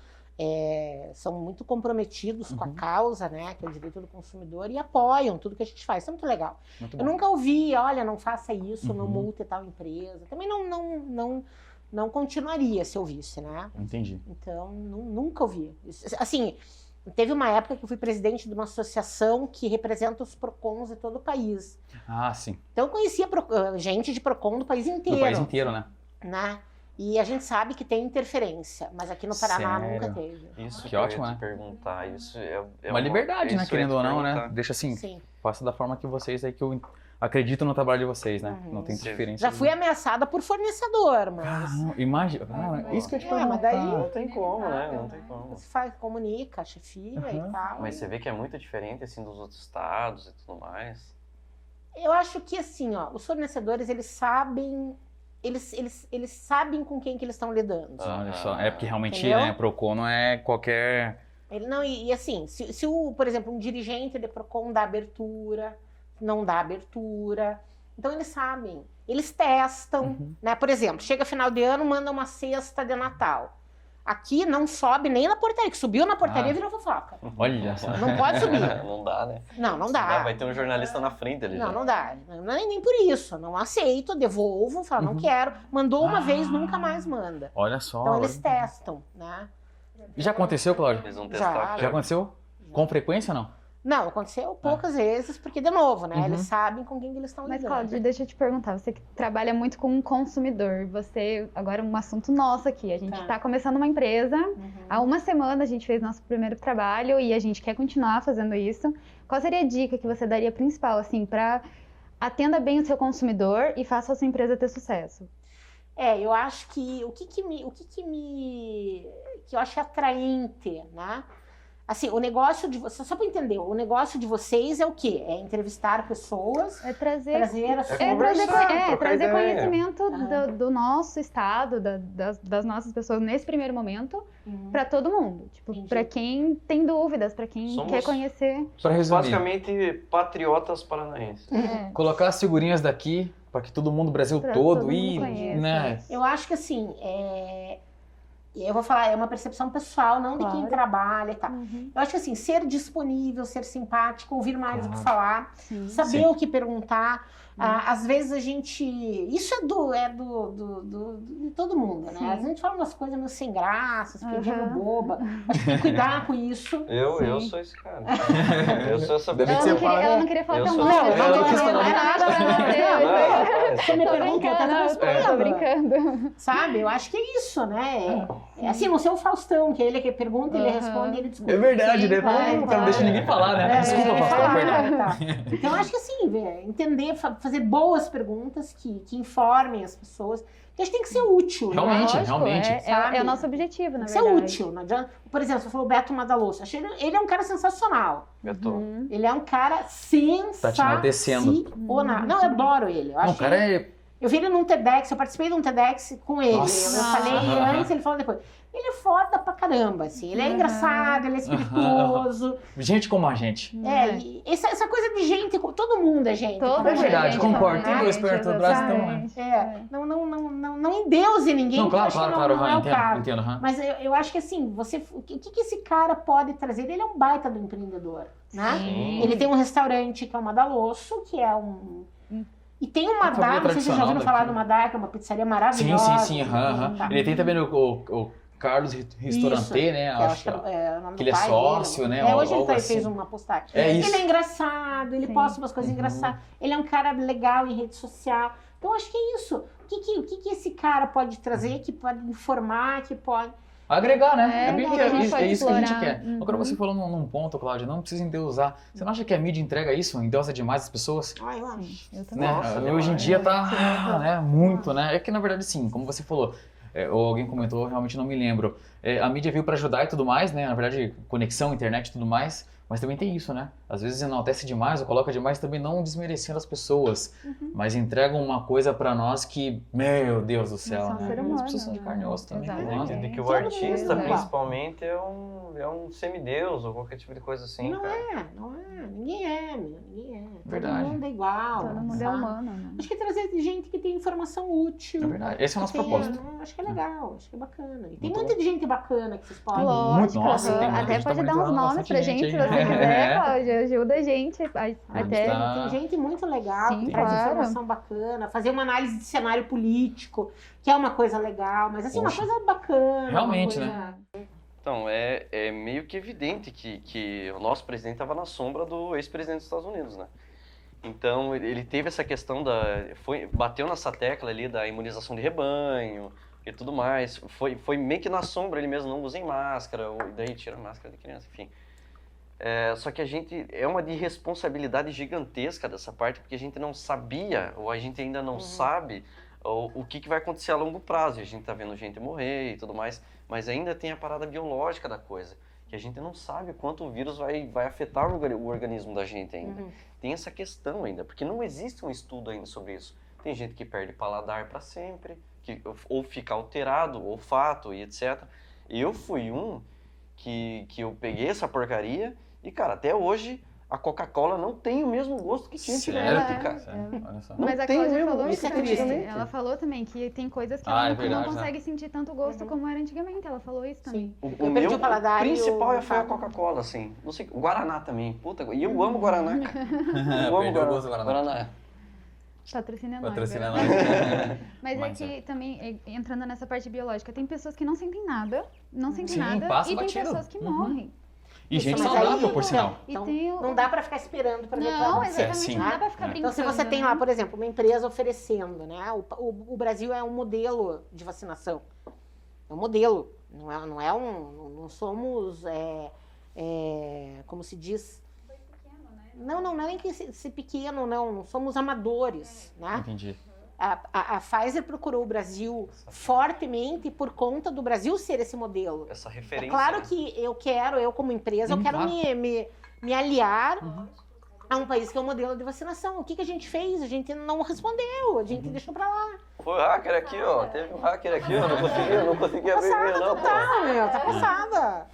é, são muito comprometidos com a Uhum. causa, né, que é o direito do consumidor, e apoiam tudo que a gente faz. Isso é muito legal. Muito bom. Eu nunca ouvi, olha, não faça isso, não Uhum. multa tal empresa. Também não, não, não, não continuaria se eu visse, né? Entendi. Então, nu- nunca ouvi. Isso- Assim, teve uma época que eu fui presidente de uma associação que representa os PROCONs de todo o país. Ah, sim. Então, eu conhecia pro- gente de PROCON do país inteiro, Do país inteiro, né? né? E a gente sabe que tem interferência, mas aqui no Paraná Sério? nunca teve. Isso Que eu ia ótimo, te né? perguntar. Isso é, é É uma liberdade, né? isso eu ia Querendo te ou não, né? perguntar. Deixa assim, Sim. faça da forma que vocês aí que eu acredito no trabalho de vocês, né? Uhum. Não tem Sim. diferença. Já fui ameaçada por fornecedor, mas Caramba, imagina. Cara, isso que eu te É, pergunto. mas daí- Não tem como, né? Não tem como. você faz, comunica, a chefia Aham. e tal. Mas você vê que é muito diferente, assim, dos outros estados e tudo mais. Eu acho que assim, ó, os fornecedores eles sabem, eles, eles, eles Ah. sabem com quem que eles estão lidando. Olha só, é porque realmente, Entendeu? né? Procon não é qualquer Ele não, e, e assim, se, se o, por exemplo, um dirigente do PROCON dá abertura, não dá abertura. Então eles sabem, eles testam, Uhum. né? Por exemplo, chega final de ano, manda uma cesta de Natal. Aqui não sobe nem na portaria, que subiu na portaria Ah. virou fofoca. Olha só. [laughs] Não pode subir. não dá, né? Não, não Não dá, dá. vai ter um jornalista na frente ali. né? Não, já. não dá. Não é nem por isso. Não aceito, devolvo, falo, não Uhum. quero. Mandou uma Ah. vez, nunca mais manda. Olha só. Então eles testam, né? Já aconteceu, Cláudio? Eles vão Já. testar. Já aconteceu? Com frequência ou não? Não, aconteceu poucas vezes, porque, de novo, né? Ah. Uhum. Eles sabem com quem que eles estão Mas, lidando. Cláudio, deixa eu te perguntar. Você que trabalha muito com um consumidor, você. Agora, um assunto nosso aqui. A gente Tá. está começando uma empresa. Uhum. Há uma semana a gente fez nosso primeiro trabalho e a gente quer continuar fazendo isso. Qual seria a dica que você daria principal, assim, para atenda bem o seu consumidor e faça a sua empresa ter sucesso? É, eu acho que o que que me, o que que me, que eu acho atraente, né? Assim, o negócio de vocês, só para entender, o negócio de vocês é o quê? É entrevistar pessoas, É trazer. trazer a É trazer, Conversar, co- é, trocar trazer ideia. conhecimento Ah. do, do nosso estado, da- das, das nossas pessoas nesse primeiro momento, para todo mundo. Tipo, Entendi. para quem tem dúvidas, para quem Somos- quer conhecer. [laughs] Pra resumir. Basicamente, patriotas paranaenses. É. Colocar as figurinhas daqui para que todo mundo, Brasil Pra todo, todo mundo e conheça. né? Eu acho que assim, é, eu vou falar, é uma percepção pessoal, não de quem Claro. trabalha e tal. Uhum, Eu acho que assim, ser disponível, ser simpático, ouvir mais do que Claro. falar, sim. Uhum. saber Sim. o que perguntar. Ah, às vezes a gente. Isso é do. É do, do, do- do- de todo mundo, Sim. né? Às vezes fala umas coisas meio sem graça, se pedindo Aham. boba. Acho que tem que cuidar com isso. Eu, eu Sim. sou [laughs] esse cara. eu sou essa Deve Ela ser não, pessoa. fala, queria, ela não queria falar Eu teu sou- nome. Não, né? não, não quis é falar nada pra você. Não, Não, eu rapaz, Você me Tô pergunta, eu brincando, até eu tô respondo. brincando. Sabe? Eu acho que é isso, né? É, é assim, não ser o Faustão, que é ele que pergunta, ele Aham. responde, ele desculpa. É verdade, Sim, né? claro, Pô, cara, claro. não deixa ninguém falar, né? É, Desculpa, é, Faustão, falar, perdão. tá. Então, acho que assim, vê, entender, fa- fazer boas perguntas que, que informem as pessoas. Porque acho que tem que ser útil, né? Realmente, Lógico, realmente. é- É, Sabe? é o nosso objetivo, na Isso é verdade. útil, não adianta. Por exemplo, você falou Beto Madaloso. Achei ele, ele é um cara sensacional. Eu tô. Uhum. Ele é um cara Tá enaltecendo. sensacional. Não, eu adoro ele. Eu, Não, acho o cara é. eu vi ele num TEDx, eu participei de um TEDx com ele. Nossa. Eu falei Aham. antes, ele falou depois. Ele é foda pra caramba, assim. Ele é Aham. engraçado, ele é espirituoso. Gente como a gente. É, e essa, essa coisa de gente, todo mundo é gente. Todo como a É verdade, mundo, gente, concordo. né? Tem dois perto do braço, então, né? exatamente. É, não, não, não, não, não endeuse ninguém. Não, porque claro, eu acho claro, que claro. não, aham, não é o entendo, caso. entendo. aham. Mas eu, eu acho que assim, você, o que, o que que esse cara pode trazer? Ele é um baita do empreendedor, É. né? Sim. Uhum. Ele tem um restaurante que é o Madalosso, que é um... Hum. E tem o Uma Madar, família não sei se vocês já ouviram tradicional falar daqui. do Madar, que é uma pizzaria Sim, maravilhosa. sim, sim. aham, aham. Tá. Ele tem também o, o- o Carlos Restaurante, né? Que eu acho que é o nome que do ele é pai sócio, dele. né? É, Ou hoje ele algo fez assim. fez uma postagem. É Ele é isso. engraçado, ele Sim. posta umas coisas Uhum. engraçadas. Ele é um cara legal em rede social. Então, acho que é isso. O que, que, o que, que esse cara pode trazer, Uhum. que pode informar, que pode... Agregar, né? É, É, bem não, que- a gente isso- é pode isso que a gente explorar. quer. Agora Uhum. você falou num, num ponto, Cláudia, não precisa endeusar. Você não acha que a mídia entrega isso? Endeusa demais as pessoas? Ai, eu acho. Ah, Eu também. Né? Nossa, Hoje em demais. dia tá [laughs] né, muito, né? É que na verdade, sim, como você falou, é, ou alguém comentou, eu realmente não me lembro. É, a mídia veio para ajudar e tudo mais, né? Na verdade, conexão, internet e tudo mais. Mas também tem isso, né? Às vezes enaltece demais ou coloca demais, também não desmerecendo as pessoas, mas entrega uma coisa para nós que, meu Deus do céu, são né? ser humano, as pessoas são de né? carne e osso também. Exato. né? Exatamente. De que o Todo mundo, artista, né? principalmente, é um, é um semideus ou qualquer tipo de coisa assim, Não cara. é, não é. Ninguém é, meu. Ninguém é. Verdade. Todo mundo é igual. Todo mundo é sabe? humano, né? Acho que trazer gente que tem informação útil. É verdade. Esse é o nosso que tem- propósito. né? Acho que é legal, acho que é bacana. E tem Muito muita gente bacana que vocês podem. Tem Lógico, muito- nossa, aham. tem muita até gente pode dar uns trabalhando, nomes bastante pra gente, gente, se hein? você quiser, [laughs] É. Cláudia, ajuda a gente. a- Até tá. Tem gente muito legal, Sim, que traz claro. informação bacana, fazer uma análise de cenário político, que é uma coisa legal, mas assim, Poxa. uma coisa bacana. uma Realmente, né? coisa- Então, é, é meio que evidente que, que o nosso presidente estava na sombra do ex-presidente dos Estados Unidos, né? Então, ele- ele teve essa questão da... Foi, bateu nessa tecla ali da imunização de rebanho e tudo mais. Foi, foi meio que na sombra ele mesmo, não usem máscara, ou, e daí tira a máscara de criança, enfim. É, só que a gente... É uma de responsabilidade gigantesca dessa parte, porque a gente não sabia, ou a gente ainda não Uhum. sabe, o, o que, que vai acontecer a longo prazo. E a gente tá vendo gente morrer e tudo mais mas ainda tem a parada biológica da coisa, que a gente não sabe quanto o vírus vai, vai afetar o, organi- o organismo da gente ainda. Uhum. Tem essa questão ainda, porque não existe um estudo ainda sobre isso. Tem gente que perde paladar para sempre, que, ou fica alterado, o olfato e etc. Eu fui um que, que eu peguei essa porcaria e, cara, até hoje a Coca-Cola não tem o mesmo gosto que tinha antigamente, Certo? É. cara. Sério? É, [laughs] Olha só. Não Mas a tem Cláudia mesmo, falou isso isso é também. triste. Ela falou também que tem coisas que Ah, ela é não- verdade, não né? consegue sentir tanto gosto Uhum. como era antigamente. Ela falou isso também. Sim. O, o perdi meu o paladar e principal eu- foi a Coca-Cola, assim. Não sei, o Guaraná também. Puta, e eu amo Guaraná, Uhum. cara. Eu amo Perdeu o gosto do Guaraná. Patrocina nós. Patrocina Vera. nós. Mas, Mas é que também, é, entrando nessa parte biológica, tem pessoas que não sentem nada, não sentem Sim, nada, passa e tem batido. pessoas que Uhum. morrem. E gente Mas aí- saudável, por sinal. E Então, tem o- Não dá pra ficar esperando pra ver o que vai Não, acontecer, exatamente, sim. não né? dá pra ficar Então, brincando. Então, se você tem lá, né? por exemplo, uma empresa oferecendo, né? O, o- o Brasil é um modelo de vacinação. É um modelo. Não é, não é um. Não somos. é, é, como se diz? Não, não, não é nem que se, se pequeno, não. Não somos amadores, né? Entendi. A, a- a Pfizer procurou o Brasil fortemente por conta do Brasil ser esse modelo. Essa É referência. claro né? que eu quero, eu como empresa, eu Sim, quero Hum, claro. me, me, me aliar Uhum. a um país que é o modelo de vacinação. O que, que a gente fez? A gente não respondeu, a Uhum. gente deixou pra lá. Foi o hacker aqui, ó. Teve um hacker aqui, ó. Não consegui, não consegui abrir o Passada meu, Tá não, pô. total, meu, tá passada.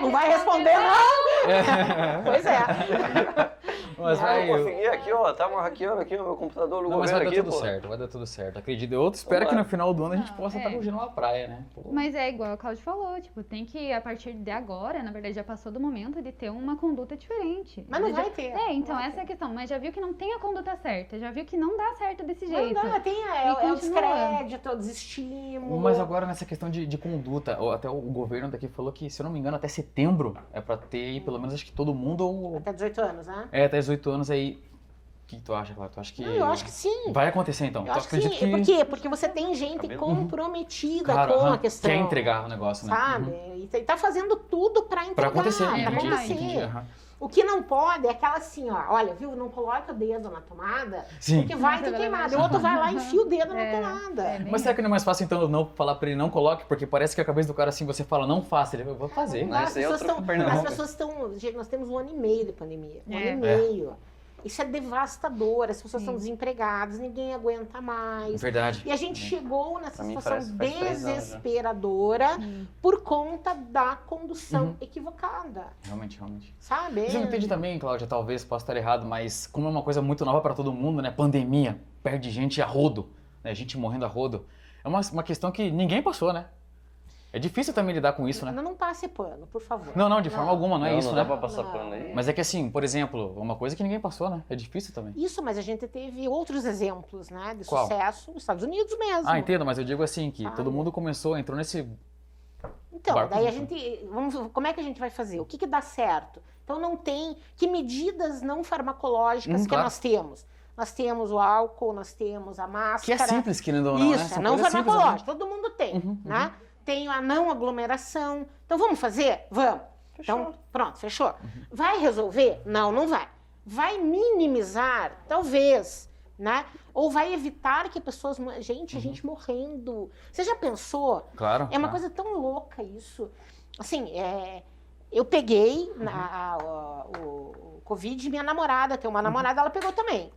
Não vai responder, não? [laughs] Pois é. Mas Ah, vai. eu consegui aqui, ó. Tava hackeando aqui o meu computador do Não, mas vai governo dar aqui, tudo pô. certo, vai dar tudo certo. Acredito. Eu espero que no final do ano a gente Não, é. possa estar curtindo uma praia, né? Pô. Mas é igual a Cláudia falou, tipo, tem que, a partir de agora, na verdade, já passou do momento de ter uma conduta diferente. Mas não Já- vai ter. É, então Não vai essa é a questão. Mas já viu que não tem a conduta certa, já viu que não dá certo desse ter. jeito. Não, não, tem é, E é o continua. descrédito, é o desestímulo. Mas agora nessa questão de, de conduta, ou até o governo daqui falou que, se eu não me engano, até setembro é pra ter aí, pelo menos acho que todo mundo ou. Até 18 anos, né? É, até 18 anos aí. O que tu acha, Clara? Tu acha que. Não, eu acho que sim. Vai acontecer então. Eu tu acho que sim. acredita Por que. quê? Porque você tem gente Cabelo. comprometida Claro, com aham, é a questão. Quer entregar o negócio, né? Sabe? Uhum. E tá- E tá fazendo tudo pra entregar. Pra acontecer. pra entendi, verdade. acontecer. entendi, aham. O que não pode é aquela assim, ó. Olha, viu? Não coloca o dedo na tomada, Sim. porque vai Nossa, ter vai levar queimado. O choque. outro vai [laughs] lá e enfia o dedo na É, tomada. é bem Mas será que não é mais fácil então eu não falar pra ele não coloque? Porque parece que a cabeça do cara assim, você fala não faça, ele eu vou fazer. Não Mas dá, né? as, esse aí é pessoas outro tão- Pernambuco. as pessoas estão. Gente, nós temos um ano e meio de pandemia. Um É. ano e É. meio. Isso é devastador. As pessoas Sim. estão desempregadas, ninguém aguenta mais. Verdade. E a gente Uhum. chegou nessa Pra mim situação parece- faz três anos, né? desesperadora Sim. por conta da condução Uhum. equivocada, Realmente, realmente. sabe? Você não entende também, Cláudia, talvez possa estar errado, mas como é uma coisa muito nova pra todo mundo, né? Pandemia, perde gente a rodo, né? Gente morrendo a rodo. É uma, uma questão que ninguém passou, né? É difícil também lidar com isso, né? Não, não passe pano, por favor. Não, não, de forma Não. alguma, não é isso, não né? dá pra passar Não. pano aí. Mas é que assim, por exemplo, uma coisa que ninguém passou, né? É difícil também. Isso, mas a gente teve outros exemplos, né? De Qual? sucesso nos Estados Unidos mesmo. Ah, entendo, mas eu digo assim, que Ah. todo mundo começou, entrou nesse... Então, Barco daí a de- gente. Vamos, como é que a gente vai fazer? O que, que dá certo? Então não tem. Que medidas não farmacológicas Hum, que claro. nós temos? Nós temos o álcool, nós temos a Que é máscara. simples, querendo ou não, né? Isso, São não coisas simples, né? farmacológico. Todo mundo tem, Uhum, né? Tem a não aglomeração. Então vamos fazer? Vamos. Fechou. Então, pronto, fechou. Vai resolver? Não, não vai. Vai minimizar? Talvez, né? Ou vai evitar que pessoas. mo- Uhum. Gente, a gente morrendo. Você já pensou? Claro. É uma claro. coisa tão louca isso. Assim, é, eu peguei Uhum. na- a- a- o, o Covid, minha namorada, tem uma Uhum. namorada, ela pegou também.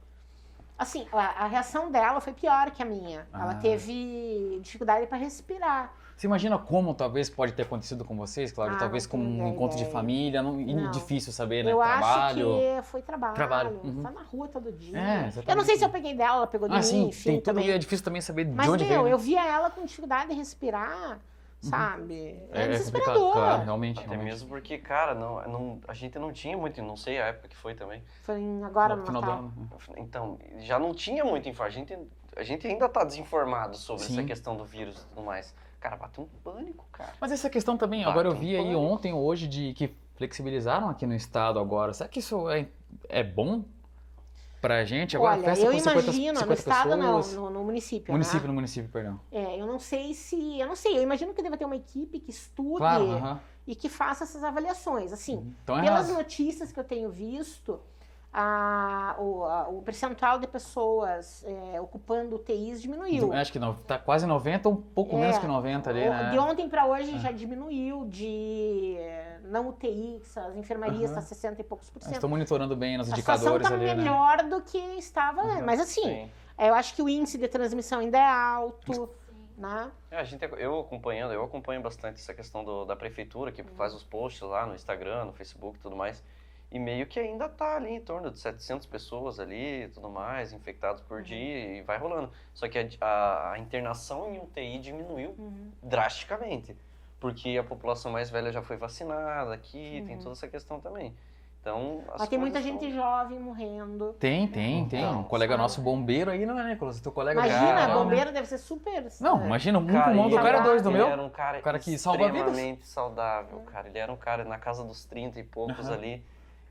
Assim, a, a reação dela foi pior que a minha. Ela Ah. teve dificuldade para respirar. Você imagina como talvez pode ter acontecido com vocês, Cláudia? Ah, talvez não com tenho um encontro de ideia. família, não, e Não. difícil saber, né? eu Trabalho. acho que foi trabalho. Trabalho, uhum. Tá na rua todo dia. É, eu não sei exatamente. se eu peguei dela, ela pegou de Ah, mim, sim, enfim, tem tudo também. e é difícil também saber Mas, de onde meu, veio. né? eu via ela com dificuldade de respirar, sabe? É, complicado, desesperador. Claro, realmente. Até realmente. mesmo porque, cara, não, é, não- a gente não tinha muito, não sei a época que foi também. Foi em- agora no no final do Natal. ano. né? Então, já não tinha muita info. A gente, a gente ainda tá desinformado sobre Sim. essa questão do vírus e tudo mais. Cara, bateu um pânico, cara. Mas essa questão também, Bate agora eu um vi aí pânico. ontem ou hoje de que flexibilizaram aqui no estado agora. Será que isso é, é bom pra gente? Agora Olha, festa eu com 50, imagino, no 50 estado não, pessoas. no, no município. Município, Né? no município, perdão. É, eu não sei se. Eu não sei, eu imagino que deva ter uma equipe que estude Claro, aham. e que faça essas avaliações. Assim, Então é Pelas errado. notícias que eu tenho visto, a- o, a- o percentual de pessoas é, ocupando UTIs diminuiu. Acho que não, tá quase 90, um pouco É, menos que tá 90 ali, né? De um ontem para hoje Ah. É. já diminuiu de eh, não UTI, que são as enfermarias Aham. está 60 e poucos por Ah, cento. Estou monitorando bem os A situação tá indicadores está ali, né? melhor do que estava, Aham, mas assim, Sim. eu acho que o índice de transmissão ainda é alto. né? É, a gente, eu acompanhando, eu acompanho bastante essa questão do- da prefeitura, que faz os posts lá no Instagram, no Facebook e tudo mais. E meio que ainda tá ali em torno de 700 pessoas ali e tudo mais, infectados Uhum. por dia e vai rolando. Só que a, a- a internação em UTI diminuiu drasticamente, porque a população mais velha já foi vacinada aqui, tem toda essa questão também. Então, as Uhum. Mas tem muita coisas gente são- jovem morrendo. Tem, tem, tem. Um Então, colega sabe? nosso bombeiro aí, não é, Nicolas? Teu colega Imagina, cara, né? bombeiro deve ser super. Não, é, imagina, um pulmão do ele- cara, dois do ele meu. Era um cara, O cara que salva Hum. extremamente saudável, cara. Ele era um cara na casa dos 30 e poucos Aham. ali.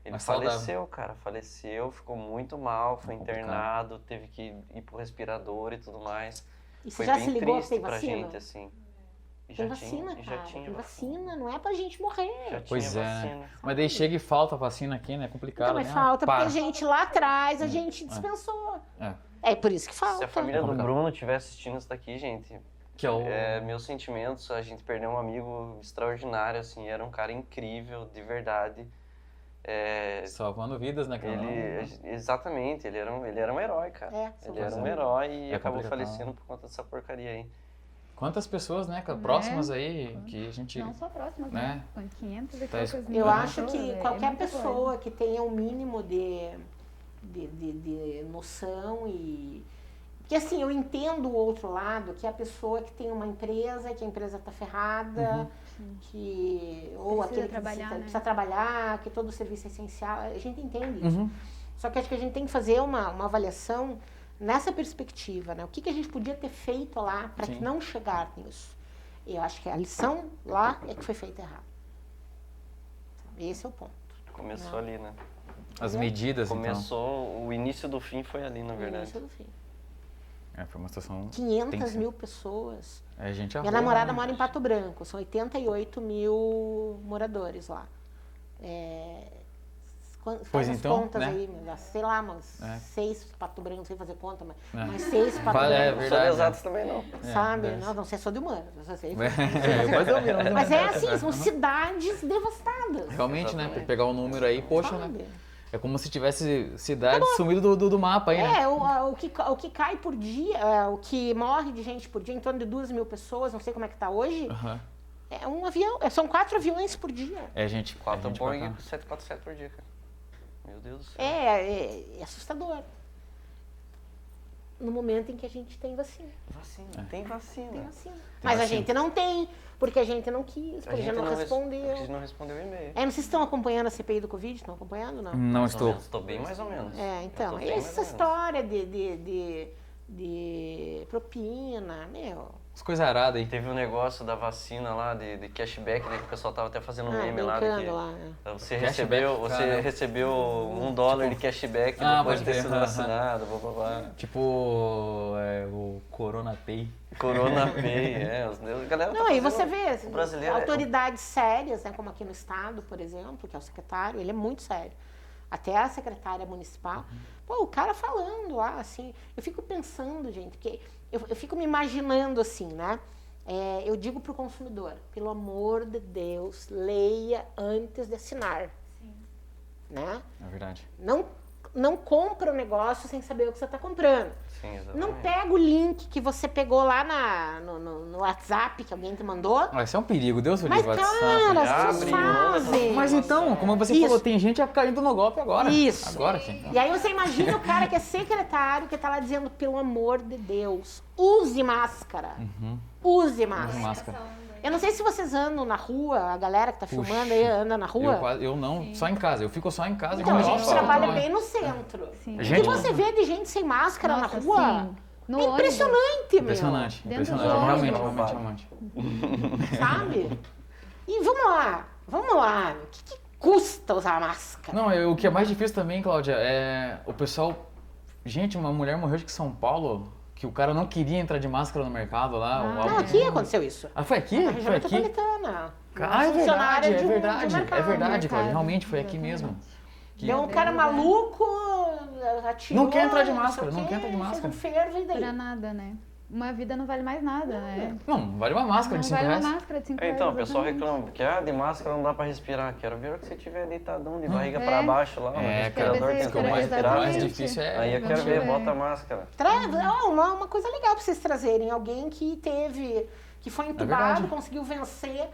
Ele Mas saudável. faleceu, cara, faleceu, ficou muito mal, foi É complicado. internado, teve que ir pro respirador e tudo mais. E você foi já bem se ligou que triste tem pra vacina? gente, assim. E Tem já vacina, tinha, e cara. já tinha tem vacina, não é pra gente morrer. Já Pois tinha é. vacina. Mas daí chega e falta a vacina aqui, né? É complicado, Então, mas né? falta Pá. porque a gente lá atrás, a gente dispensou. É, por isso que É. Ah. Se falta. a família do Complicado. Bruno estiver assistindo isso daqui, gente, Que é o... É, meus sentimentos, a gente perdeu um amigo extraordinário, assim, era um cara incrível, de verdade. É, Salvando vidas, né, cara? ele, exatamente, ele era um, ele era um herói, cara. É, são Ele era um Pois é. herói e É acabou complicado. falecendo por conta dessa porcaria aí. Quantas pessoas, né, cara? Né? Próximas aí, que a gente... Não só próxima, Né? né? 500 e Tá poucos escutando. mil Eu Uhum. acho pessoas, que é- é qualquer muita coisa. pessoa que tenha o mínimo de, de, de- de noção e. Porque assim, eu entendo o outro lado, que é a pessoa que tem uma empresa, que a empresa está ferrada, que. Ou Precisa aquele que trabalhar, precisa, né? precisa trabalhar, que todo serviço é essencial. A gente entende isso. Uhum. Só que acho que a gente tem que fazer uma, uma avaliação nessa perspectiva, né? O que, que a gente podia ter feito lá para Sim. não chegar nisso? Eu acho que a lição lá é que foi feita errado. Esse é o ponto. Começou Não. ali, né? As medidas, então. Começou, o início do fim foi ali, na verdade. Isso é do fim. É, foi uma situação... 500 Tenso. mil pessoas. É, gente Minha namorada mora em Pato Branco, são 88 mil moradores lá. É, quan- faz Pois as então, contas né? aí, mas, sei lá, mas É. seis Pato Branco, não sei fazer conta, mas, É. mas seis Pato Vale, é Branco. Não sou verdade, de exatos também, não. É, sabe? deve não, não sei, sou de humanas. eu só sei. [laughs] É, mas eu vi, mas eu vi. Mas é assim, são cidades devastadas. Realmente, né? Exatamente. Pegar o número aí, poxa, né? sabe? É como se tivesse cidade sumido do, do, do mapa aí, né? É, o, o que, ca- o que cai por dia, é, o que morre de gente por dia, em torno de duas mil pessoas, não sei como é que tá hoje, Aham. é um avião, é, são quatro aviões por dia. É, gente. é Quatro gente pra Boeing cá. 747 por dia, cara. Meu Deus do céu. É, é, é assustador. No momento em que a gente tem vacina. Vacina, É. tem vacina. Tem assim, vacina. Mas a vacina. gente não tem, porque a gente não quis, porque A a gente gente não, res- respondeu. A gente não respondeu o e-mail. É, não vocês estão acompanhando a CPI do Covid? Estão acompanhando não? Não Mais ou estou. menos, Estou bem mais ou menos. É, então, Eu tô bem mais essa ou menos. história de, de, de, de propina, né, meu. As coisas aradas aí. Teve um negócio da vacina lá, de, de cashback, né, que o pessoal tava até fazendo um Ah, meme lá. de que brincando lá. né? Você Cashback, recebeu, você cara. recebeu um dólar de cashback Ah, pode depois de ter crer. sido vacinado, blá, blá, blá. Tipo, é, o Corona Pay. [laughs] Corona Pay, é. Os, a galera tá Não, aí fazendo- você vê assim, o brasileiro é- autoridades sérias, né, como aqui no Estado, por exemplo, que é o secretário, ele é muito sério. Até a secretária municipal. Uhum. Pô, o cara falando lá, assim, eu fico pensando, gente, porque eu, eu fico me imaginando assim, né? É, eu digo para o consumidor, pelo amor de Deus, leia antes de assinar. Né? É verdade. Não, não compra o negócio sem saber o que você está comprando. Sim, exatamente. Não pega o link que você pegou lá na, no, no- no WhatsApp que alguém te mandou. Ah, isso é um perigo, Deus o Mas, livre, cara, WhatsApp. as pessoas Abre, manda, fazem. Mas então, como você Isso. falou, tem gente caindo no golpe agora. Isso. Agora, gente. E aí você imagina o cara que é secretário, que tá lá dizendo, pelo amor de Deus, use máscara. Use Use máscara. máscara. Eu não sei se vocês andam na rua, a galera que tá Puxa. filmando aí anda na Eu, rua. quase- eu não, só em casa. Eu fico só em casa. e Então, a com gente calça, trabalha então, é. bem no centro. Sim. O que Gente, você vê de gente sem máscara Nossa, na rua? sim. No É impressionante, meu. Impressionante, Dentro impressionante. do ônibus. Realmente, realmente, realmente. Sabe? E vamos lá, vamos lá. O que, que custa usar máscara? Não, eu- o que é mais difícil também, Cláudia, é o pessoal. Gente, uma mulher morreu acho que em São Paulo, que o cara não queria entrar de máscara no mercado lá. ou Ah, algo Não, assim. aqui é aconteceu isso. Ah, foi aqui? Na Foi região aqui? metropolitana. Ah, é verdade, funcionária é de um- de um verdade. É mercado, verdade, mercado. Cláudia. Realmente, foi aqui mesmo. Que- Deu um É, cara maluco, atirou. Não quer entrar de sei máscara, o não quê, quer entrar de máscara. Fez um fervo e daí. Pra nada, né? uma vida não vale mais nada, né? Não, vale uma máscara não de 5 vale uma reais. máscara de 5 É, reais. então, o pessoal né? exatamente. reclama, porque ah, de máscara não dá pra respirar. Quero ver o que você tiver deitadão de barriga É. pra baixo lá. Hum. É, o cara, respirador acho que o mais, tentando o respirar. mais Exatamente. difícil é. Aí eu Vamos quero ver, ver. bota a máscara. Traz, é uma, uma coisa legal pra vocês trazerem. Alguém que teve, que foi entubado, É verdade. conseguiu vencer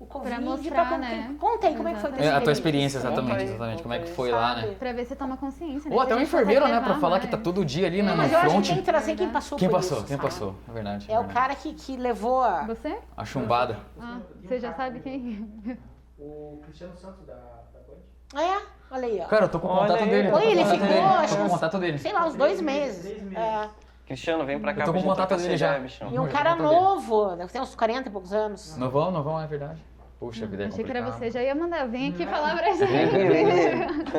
o Covid. mostrar, con- né? Contem como é que foi É, a tua experiência, Conta exatamente, aí, exatamente. conta Como é que aí, foi lá, né? sabe? Pra ver se toma consciência. Ou se até um a gente consegue enfermeiro, né, levar pra falar que mais. tá todo dia ali, né, Não, no mas eu acho que tem front. que trazer quem passou Quem por passou? isso, Quem sabe? passou? É verdade. É o verdade. cara que, que levou a... Você? A chumbada. Ah, você já sabe quem. é. O Cristiano Santos da, da Band. É, olha aí, ó. Cara, eu tô com o Olha contato aí. dele. eu tô Oi, com o ele contato ficou, dele, acho Tô com que- o contato dele. Sei lá, uns dois meses. Três meses. É. Cristiano, vem pra cá Eu tô pra com gente contato trocar dele essa já. [laughs] ideia, bichão. E um Hoje, cara conta dele. novo, deve ter uns 40 e poucos anos. Não vão, não vão, é verdade. Puxa vida, é Achei que era complicado. você, já ia mandar. Vem aqui falar pra gente.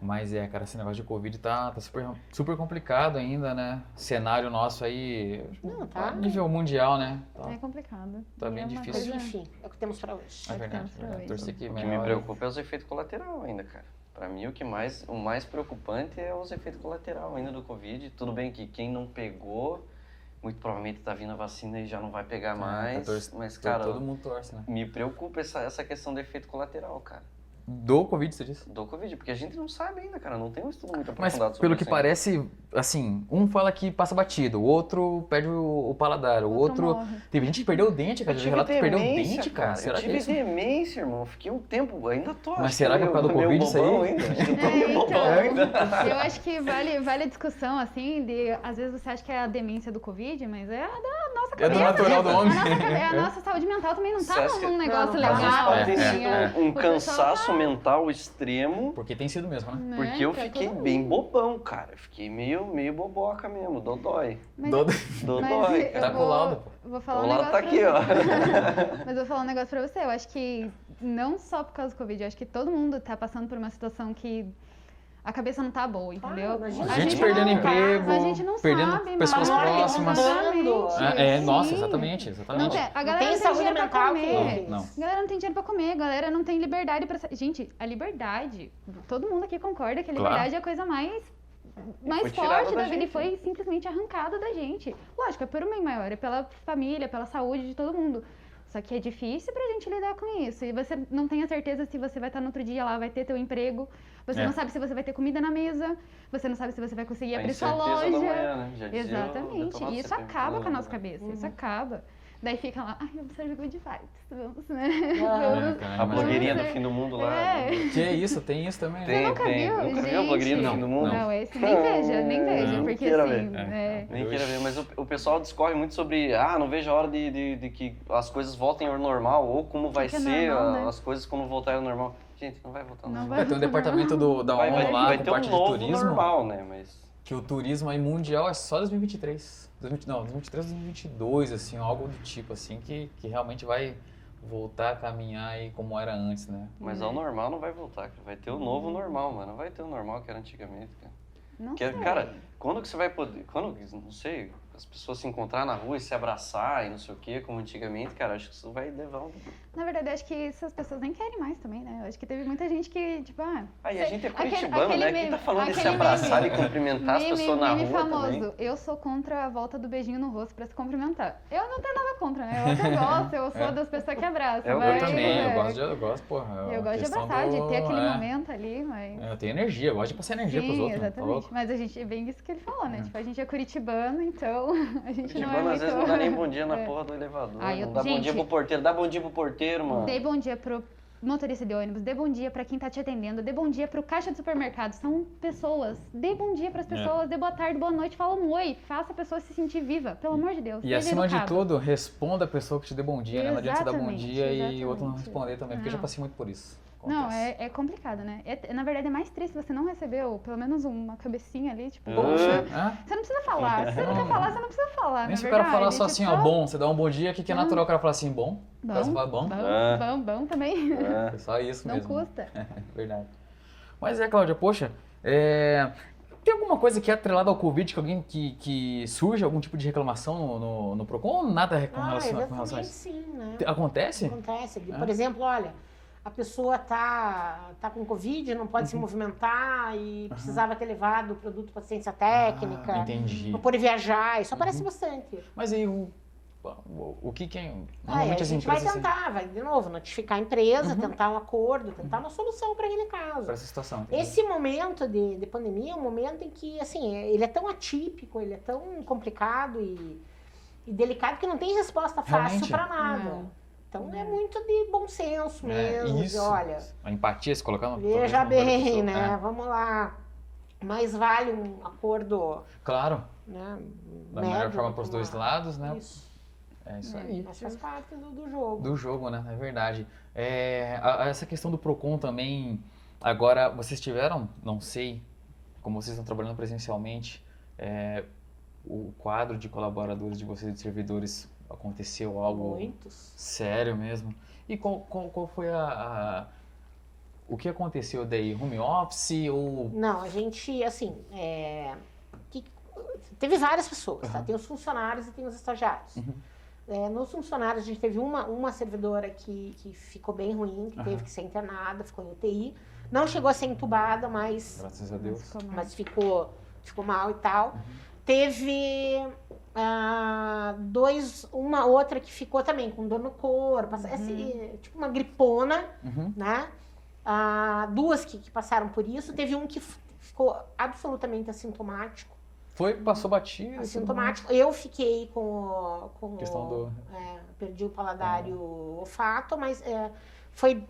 Mas é, cara, esse negócio de Covid tá, tá super, super complicado ainda, né? Cenário nosso aí. tipo, Não, tá. Nível mundial, né? [laughs] Tá. É complicado. Tá E bem é uma difícil. Mas coisa- enfim, é o que temos pra hoje. É verdade, Tá, é verdade. tá, Torci que O que me preocupa é os efeitos colaterais ainda, cara. Pra mim, o que mais, o mais preocupante é os efeitos colaterais ainda do Covid. Tudo bem que quem não pegou, muito provavelmente tá vindo a vacina e já não vai É, pegar mais. 14 mas, cara, Cara, tá todo mundo torce, né? me preocupa essa, essa questão do efeito colateral, cara. Do Covid, você disse? Do Covid, porque a gente não sabe ainda, cara. Não tem um estudo muito Mas aprofundado sobre pelo que isso ainda. parece, assim, um fala que passa batido, o outro perde o, o paladar, o outro. [laughs] morre. Teve gente que perdeu o dente, Eu cara. Teve tive relato que perdeu o demência, dente, cara. Será eu que é tive isso? demência, irmão. Eu Fiquei um tempo, ainda tô. Mas acho será que é por causa do meio- meio Covid isso aí? um bobão ainda. Acho que eu [laughs] tô É, meio então. bobão ainda. Eu acho que vale, vale a discussão, assim, de às vezes você acha que é a demência do Covid, mas é a da nossa É do cabeça. natural né? do homem. É. A nossa, [laughs] cabe- a nossa saúde mental também não tá Você acha que- num negócio Às vezes legal. pode ter assim, sido é. um O pessoal tá, cansaço mental extremo, Porque tem sido mesmo, né? né, porque eu pra fiquei todo mundo. bem bobão, cara. Eu Fiquei meio, meio boboca mesmo, dodói. Mas- Do- Dodói, eu Tá cara. com vou- laudo, pô. Vou O falar um lado negócio tá pra aqui, você. ó. [laughs] Mas eu vou falar um negócio pra você. Eu acho que não só por causa do Covid, eu acho que todo mundo tá passando por uma situação que a cabeça não tá boa, entendeu? Claro, imagina. é A gente gente perdendo não- tá, emprego, a gente não perdendo sabe, mas- pessoas tá próximas. Exatamente. [laughs] É, é, nossa, Sim. exatamente, Não é. exatamente. tem, a galera não tem tem saúde dinheiro pra mental que- comer. não. não. A Galera não tem dinheiro pra comer, a galera não tem liberdade pra. sa- Gente, a liberdade. Todo mundo aqui concorda que a Claro. liberdade é a coisa mais. Mais tirada forte da da vida e gente. né? foi simplesmente arrancada da gente. Lógico, é por um bem maior, é pela família, pela saúde de todo mundo. Só que é difícil pra gente lidar com isso. E você não tem a certeza se você vai estar no outro dia lá, vai ter teu emprego. Você É. não sabe se você vai ter comida na mesa. Você não sabe se você vai conseguir A abrir sua incerteza da loja. manhã, né? Já dizia o Exatamente. Detonautas, isso sempre acaba falando, com a nossa né? cabeça. Isso acaba. Daí fica lá, ai, vamos ser good vibes, vamos, né? Ah. É, [laughs] Vamos. cara, A mas- blogueirinha do fim do mundo lá. É. né? Que é isso, tem isso também. né? Tem. Você nunca viu? Nunca viu gente. a blogueirinha do fim do mundo? Não, não, esse nem veja, nem veja, Não porque queira assim, ver. é, Nem queira ver, mas o, o pessoal discorre muito sobre, ah, não vejo a hora de, de, de que as coisas voltem ao normal, ou como vai que é ser normal, a- né? as coisas quando voltarem ao normal. Gente, não vai voltar ao não normal. vai Vai ter um voltar, departamento do, da Vai, ONU vai, lá, vai com ter um parte de novo turismo, normal, né? Mas que o turismo aí mundial é só 2023. 2020 não, 2023, 2022, assim, algo do tipo, assim, que, que realmente vai voltar a caminhar aí como era antes, né? Mas ao normal não vai voltar, cara. Vai ter o novo normal, mano. Não vai ter o normal que era antigamente, cara. não. Não Que, sei. cara, quando que você vai poder. Quando, não sei, as pessoas se encontrar na rua e se abraçar e não sei o quê, como antigamente, cara, acho que isso vai levar um. Na verdade, eu acho que essas pessoas nem querem mais também, né? Eu acho que teve muita gente que, tipo, ah, Aí a Sei, gente é aquele- curitibano, aquele né? Quem meme, tá falando de se aquele abraçar meme. e cumprimentar Tá as pessoas na rua? famoso, Também? eu sou contra a volta do beijinho no rosto pra se cumprimentar. Eu não tenho nada contra, né? Eu até gosto, eu sou É. das pessoas que abraçam. Eu mas, Eu também, eu é, gosto de, eu gosto, porra. é Eu uma gosto de questão abraçar, do- de ter aquele é, momento ali, mas... é, Eu tenho energia, eu gosto de passar energia pros Sim, outros. né? Tá exatamente. louco? Mas a gente, é bem isso que ele falou, né? Tipo, a gente é curitibano, então [laughs] a gente não é Curitibano muito... É. às vezes não dá [laughs] nem bom dia na porra do elevador. Ai, eu- Não dá bom gente- dia pro porteiro. Dá bom dia pro porteiro, mano. Dê bom dia pro motorista de ônibus, dê bom dia pra quem tá te atendendo, dê bom dia pro caixa do supermercado. São pessoas. Dê bom dia É. pras pessoas, dê boa tarde, boa noite, fala um oi, faça a pessoa se sentir viva, pelo amor de Deus. E seja acima de educado. tudo, responda a pessoa que te dê bom dia, né? Não adianta você dar bom Exatamente, dia e o outro não exatamente. responder também, porque eu já Não. passei muito por isso. Não, Acontece. é, é complicado, né? É- na verdade, é mais triste você não receber ou pelo menos uma cabecinha ali, tipo, Ah. poxa. Hã? Você não precisa falar. Se você [laughs] não quer falar, você não precisa Ah, falar. Nem na se o cara falar verdade, só tipo, assim, tá ó, bom, você dá um bom dia, o que, que é natural o cara falar assim, bom? O Bom, cara só fala bom. bom, Ah. bom, bom também. É. É só isso Não mesmo. custa. Verdade. Mas é, Cláudia, poxa, é, tem alguma coisa que é atrelada ao Covid, que alguém que, que surge algum tipo de reclamação no, no, no PROCON ou nada com Ah, relação, com relação a eventualmente isso? ah, sim, né? Te- Acontece? Acontece. É. Por exemplo, olha, a pessoa tá, tá com Covid, não Uhum. pode se movimentar e precisava ter levado o produto para ciência técnica, Ah, entendi. não pôde viajar, isso aparece Uhum. bastante. Mas aí o, o, o que que é. Ah, é, Normalmente a as gente vai empresas. assim, Uhum. tentar, vai de novo, notificar a empresa, tentar um acordo, tentar uma solução para aquele caso. pra essa situação. entendeu? Esse momento de, de pandemia é um momento em que, assim, é- ele é tão atípico, ele é tão complicado e, e delicado que não tem resposta fácil Realmente. para nada. Não. Então é muito de bom senso É, mesmo, de isso. olha, A empatia, se colocar no veja no lugar da bem, pessoa, é. né? Vamos lá. Mais vale um acordo, é. Claro, né? da médio, melhor forma para os vamos dois lá. lados, né? Isso. É isso É. aí. Mas faz parte do, do jogo. Do jogo, né? É verdade. É, a- a- essa questão do PROCON também. Agora, vocês tiveram, não sei, como vocês estão trabalhando presencialmente, é, o quadro de colaboradores de vocês e de servidores aconteceu algo Muitos. sério mesmo? E qual, qual, qual foi a, a- O que aconteceu daí? Home office ou. Não, a gente, assim, é, que- teve várias pessoas, tá? Aham. Uhum. Tem os funcionários e tem os estagiários. É, nos funcionários, a gente teve uma, uma servidora que, que ficou bem ruim, que Aham. teve que ser internada, ficou em UTI. Não chegou a ser entubada, mas, Graças a Deus. Ficou é? mal. mas ficou, ficou mal e tal. Uhum. Teve ah, dois, uma outra que ficou também com dor no corpo, assim, tipo uma gripona Uhum. né? Ah, duas que, que passaram por isso. Teve um que f- ficou absolutamente assintomático. Foi, passou batido. Assintomático. Eu fiquei com o. Com o- Questão do. Ah. é, perdi o paladar e o olfato, mas é, foi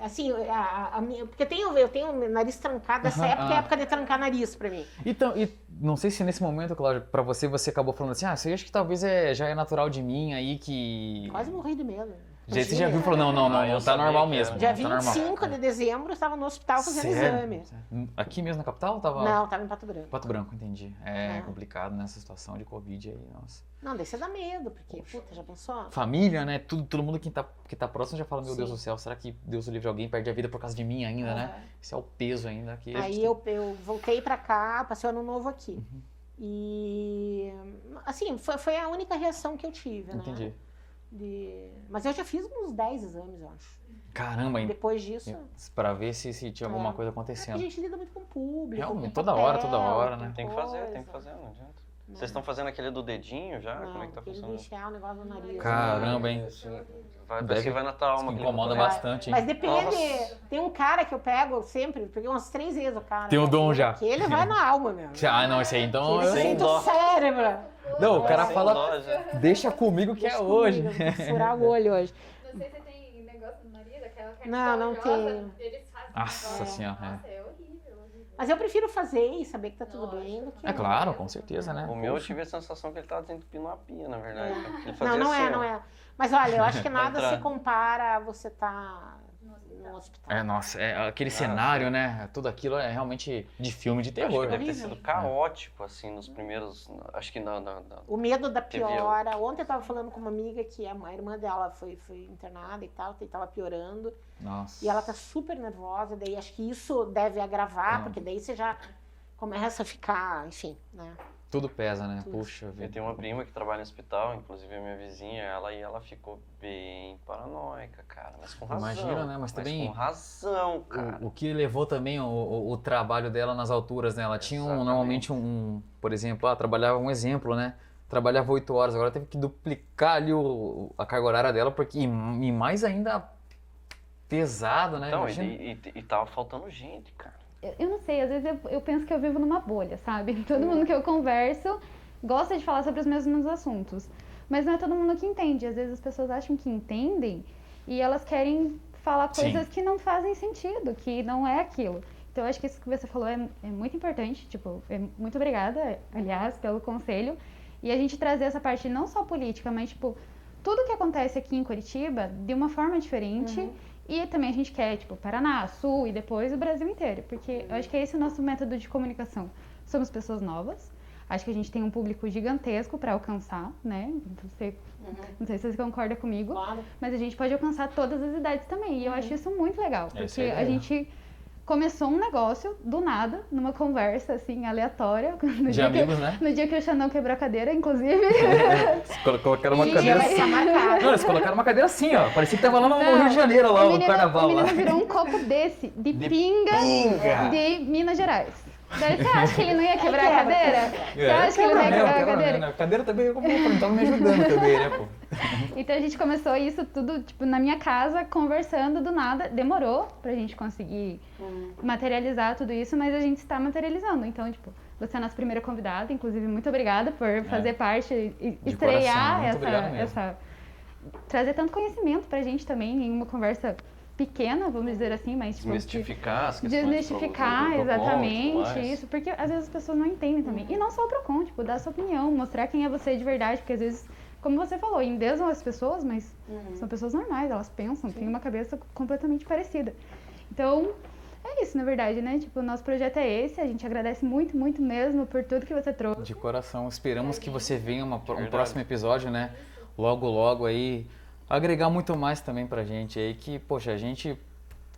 assim, a, a minha, porque eu tenho, eu tenho o nariz trancado, essa Aham, época é ah. a época de trancar nariz pra mim. Então, e não sei se nesse momento, Cláudio, pra você, você acabou falando assim, ah, isso aí acho que talvez é, já é natural de mim aí que... Quase né? morri de medo. Já- Você já viu e falou, não, não, não, Ah, eu não tá sabia normal que mesmo. era. Dia não tá normal. 25 de dezembro, eu estava no hospital né? fazendo Sério? exame. Aqui mesmo na capital tava... Não, estava em Pato Branco. Pato Branco, entendi. É Ah. complicado nessa situação de Covid aí, nossa. Não, daí você dá medo, porque, puta, já pensou? Família, né? Tudo, todo mundo que tá, que tá próximo já fala, meu Sim. Deus do céu, será que Deus o livre alguém perde a vida por causa de mim ainda, né? É. Esse é o peso ainda que... a gente Aí tem. eu, eu voltei pra cá, passei o ano novo aqui. Uhum. E assim, foi, foi a única reação que eu tive, né? Entendi. De- Mas eu já fiz uns 10 exames, eu acho. Caramba, ainda. Depois disso, Pra ver se, se tinha alguma É. coisa a acontecendo. gente lida muito com o público. Realmente, com toda papel, hora, toda hora, né? com Tem que fazer, tem que coisa, fazer, não adianta. né? Vocês estão fazendo aquele do dedinho já? Não, Como é que tá aquele funcionando? deixar o negócio no nariz. né? Caramba, hein? Vai, Deve- parece que vai na tua alma. Isso que aquele incomoda negócio. bastante, hein? Mas depende. Nossa. Tem um cara que eu pego sempre, eu peguei umas três vezes o cara. né? Tem o dom já. Que ele vai na alma [laughs] mesmo. Ah, não, esse aí então. Ele eu- Sem sente o dó. cérebro. Não, o cara Sem fala. dó, já. Deixa comigo que é Deixa hoje. comigo, eu vou Furar o olho hoje. Não sei se tem negócio no nariz, aquela carne Não, não esponjosa, Eles fazem Nossa negócio. senhora, é. Nossa, é horrível. horrível. Mas eu prefiro fazer e saber que tá tudo Lógico bem do que que. É claro, com certeza, né? O meu eu tive a sensação que ele tava desentupindo uma pia, na verdade. Ele Não, fazia não assim, é, ó. não é. Mas olha, eu [laughs] acho que nada se entrar. compara a você tá No hospital. no hospital. É, nossa, é aquele Nossa. cenário, né? Tudo aquilo é realmente de filme de Eu acho terror. né? que deve ter Horrível. sido um caótico, assim, nos primeiros. Acho que na. na, na- O medo da Teve algo. piora. Ontem eu tava falando com uma amiga que a a irmã dela foi, foi internada e tal, e tava piorando. Nossa. E ela tá super nervosa, daí acho que isso deve agravar, Ah. porque daí você já começa a ficar, enfim, né? Tudo pesa, né? Tudo. Puxa Eu vida. tenho uma prima que trabalha no hospital, inclusive a minha vizinha, ela e ela ficou bem paranoica, cara. Mas com razão. Imagino, né? Mas também- com razão, cara. O, o que levou também o, o- o trabalho dela nas alturas, né? Ela tinha um- Exatamente. normalmente um, por exemplo, ela trabalhava um exemplo, né? Trabalhava oito horas, agora teve que duplicar ali o- a carga horária dela, porque e, e mais ainda pesado, né? Então, e, Imagina. e, e tava faltando gente, cara. Eu, eu não sei, às vezes eu, eu penso que eu vivo numa bolha, sabe? [laughs] Todo mundo que eu converso gosta de falar sobre os mesmos assuntos. Mas não é todo mundo que entende. Às vezes as pessoas acham que entendem e elas querem falar Sim. coisas que não fazem sentido, que não é aquilo. Então eu acho que isso que você falou é, é muito importante. Tipo, é muito obrigada, aliás, pelo conselho. E a gente trazer essa parte não só política, mas tipo, tudo que acontece aqui em Curitiba de uma forma diferente. E também a gente quer, tipo, Paraná, Sul e depois o Brasil inteiro, porque eu acho que é esse o nosso método de comunicação. Somos pessoas novas, acho que a gente tem um público gigantesco para alcançar, né? Você, Não sei se você concorda comigo, Claro. mas a gente pode alcançar todas as idades também, e eu acho isso muito legal, Essa porque é a a ideia. gente começou um negócio, do nada, numa conversa, assim, aleatória. [laughs] No De dia, que, amigos, [laughs] né? no dia que o Xandão quebrou a cadeira, inclusive. Eles colo- Colocaram uma E- cadeira mas- tá assim. [laughs] Não, eles colocaram uma cadeira assim, ó. Parecia que tava lá no, no Não, Rio de Janeiro, Tá lá, o no menino, carnaval o lá. menino virou um copo desse, de, De pinga, pinga. de Minas Gerais. Daí você acha que ele não ia quebrar a quebra, cadeira? Você acha que ele não ia mesmo, quebrar a quebra cadeira? mesmo. Cadeira também, como eu tava me ajudando também, né, [laughs] pô? Então a gente começou isso tudo, tipo, na minha casa, conversando do nada. Demorou pra gente conseguir Hum. materializar tudo isso, mas a gente está materializando. Então, tipo, você é a nossa primeira convidada, inclusive, muito obrigada por fazer parte e É. De coração, estrear muito obrigado essa, mesmo. essa. trazer tanto conhecimento pra gente também em uma conversa pequena, vamos dizer assim, mas tipo. que- Desmistificar É as questões. do pro- Desmistificar, do né? Procon e tudo exatamente, mais. isso, porque às vezes as pessoas não entendem também. E não só o Procon, tipo, dar sua opinião, mostrar quem é você de verdade, porque às vezes, como você falou, endeusam as pessoas, mas Uhum. são pessoas normais, elas pensam, têm uma cabeça completamente parecida. Então, é isso, na verdade, né? Tipo, o nosso projeto é esse, a gente agradece muito, muito mesmo por tudo que você trouxe. De coração, esperamos que você venha uma- um Verdade. próximo episódio, né? Logo, logo aí. Agregar muito mais também pra gente aí, que, poxa, a gente,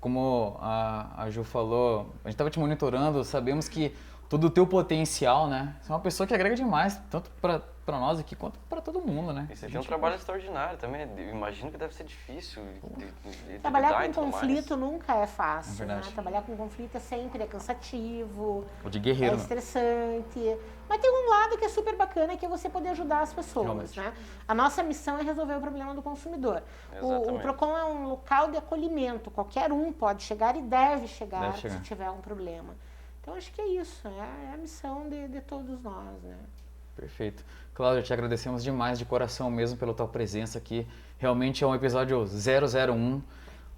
como a, a Ju falou, a gente tava te monitorando, sabemos que todo o teu potencial, né? Você é uma pessoa que agrega demais, tanto pra, pra nós aqui quanto pra todo mundo, né? E você A tem um gente- trabalho extraordinário também. Eu imagino que deve ser difícil. de- de- de lidar Trabalhar e com tudo mais. conflito nunca é fácil. É né? verdade. Trabalhar com conflito é sempre é cansativo, O de é guerreiro. né? estressante. Mas tem um lado que é super bacana, que é você poder ajudar as pessoas. Realmente. Né? A nossa missão é resolver o problema do consumidor. O, o Exatamente. PROCON é um local de acolhimento. Qualquer um pode chegar e deve chegar, Deve chegar. se tiver um problema. Então, acho que é isso. É, é a missão de, de todos nós. Né? Perfeito. Cláudia, te agradecemos demais de coração mesmo pela tua presença aqui. Realmente é um episódio 001.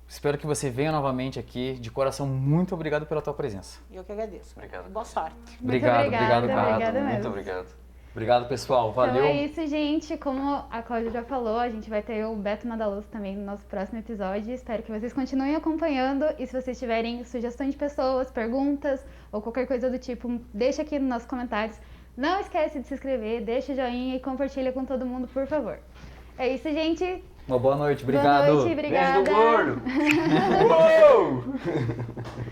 Espero que você venha novamente aqui. De coração, muito obrigado pela tua presença. Eu que agradeço. Obrigado. Boa sorte. Obrigado, obrigado, obrigada, obrigado. é obrigada Muito mesmo. obrigado. Obrigado, pessoal. Valeu. Então é isso, gente. Como a Cláudia já falou, a gente vai ter o Beto Madaloso também no nosso próximo episódio. Espero que vocês continuem acompanhando. E se vocês tiverem sugestões de pessoas, perguntas ou qualquer coisa do tipo, deixa aqui nos nossos comentários. Não esquece de se inscrever, deixa o joinha e compartilha com todo mundo, por favor. É isso, gente. Uma boa noite. Boa Obrigado. [laughs] noite, obrigada. Beijo do gordo. Uou!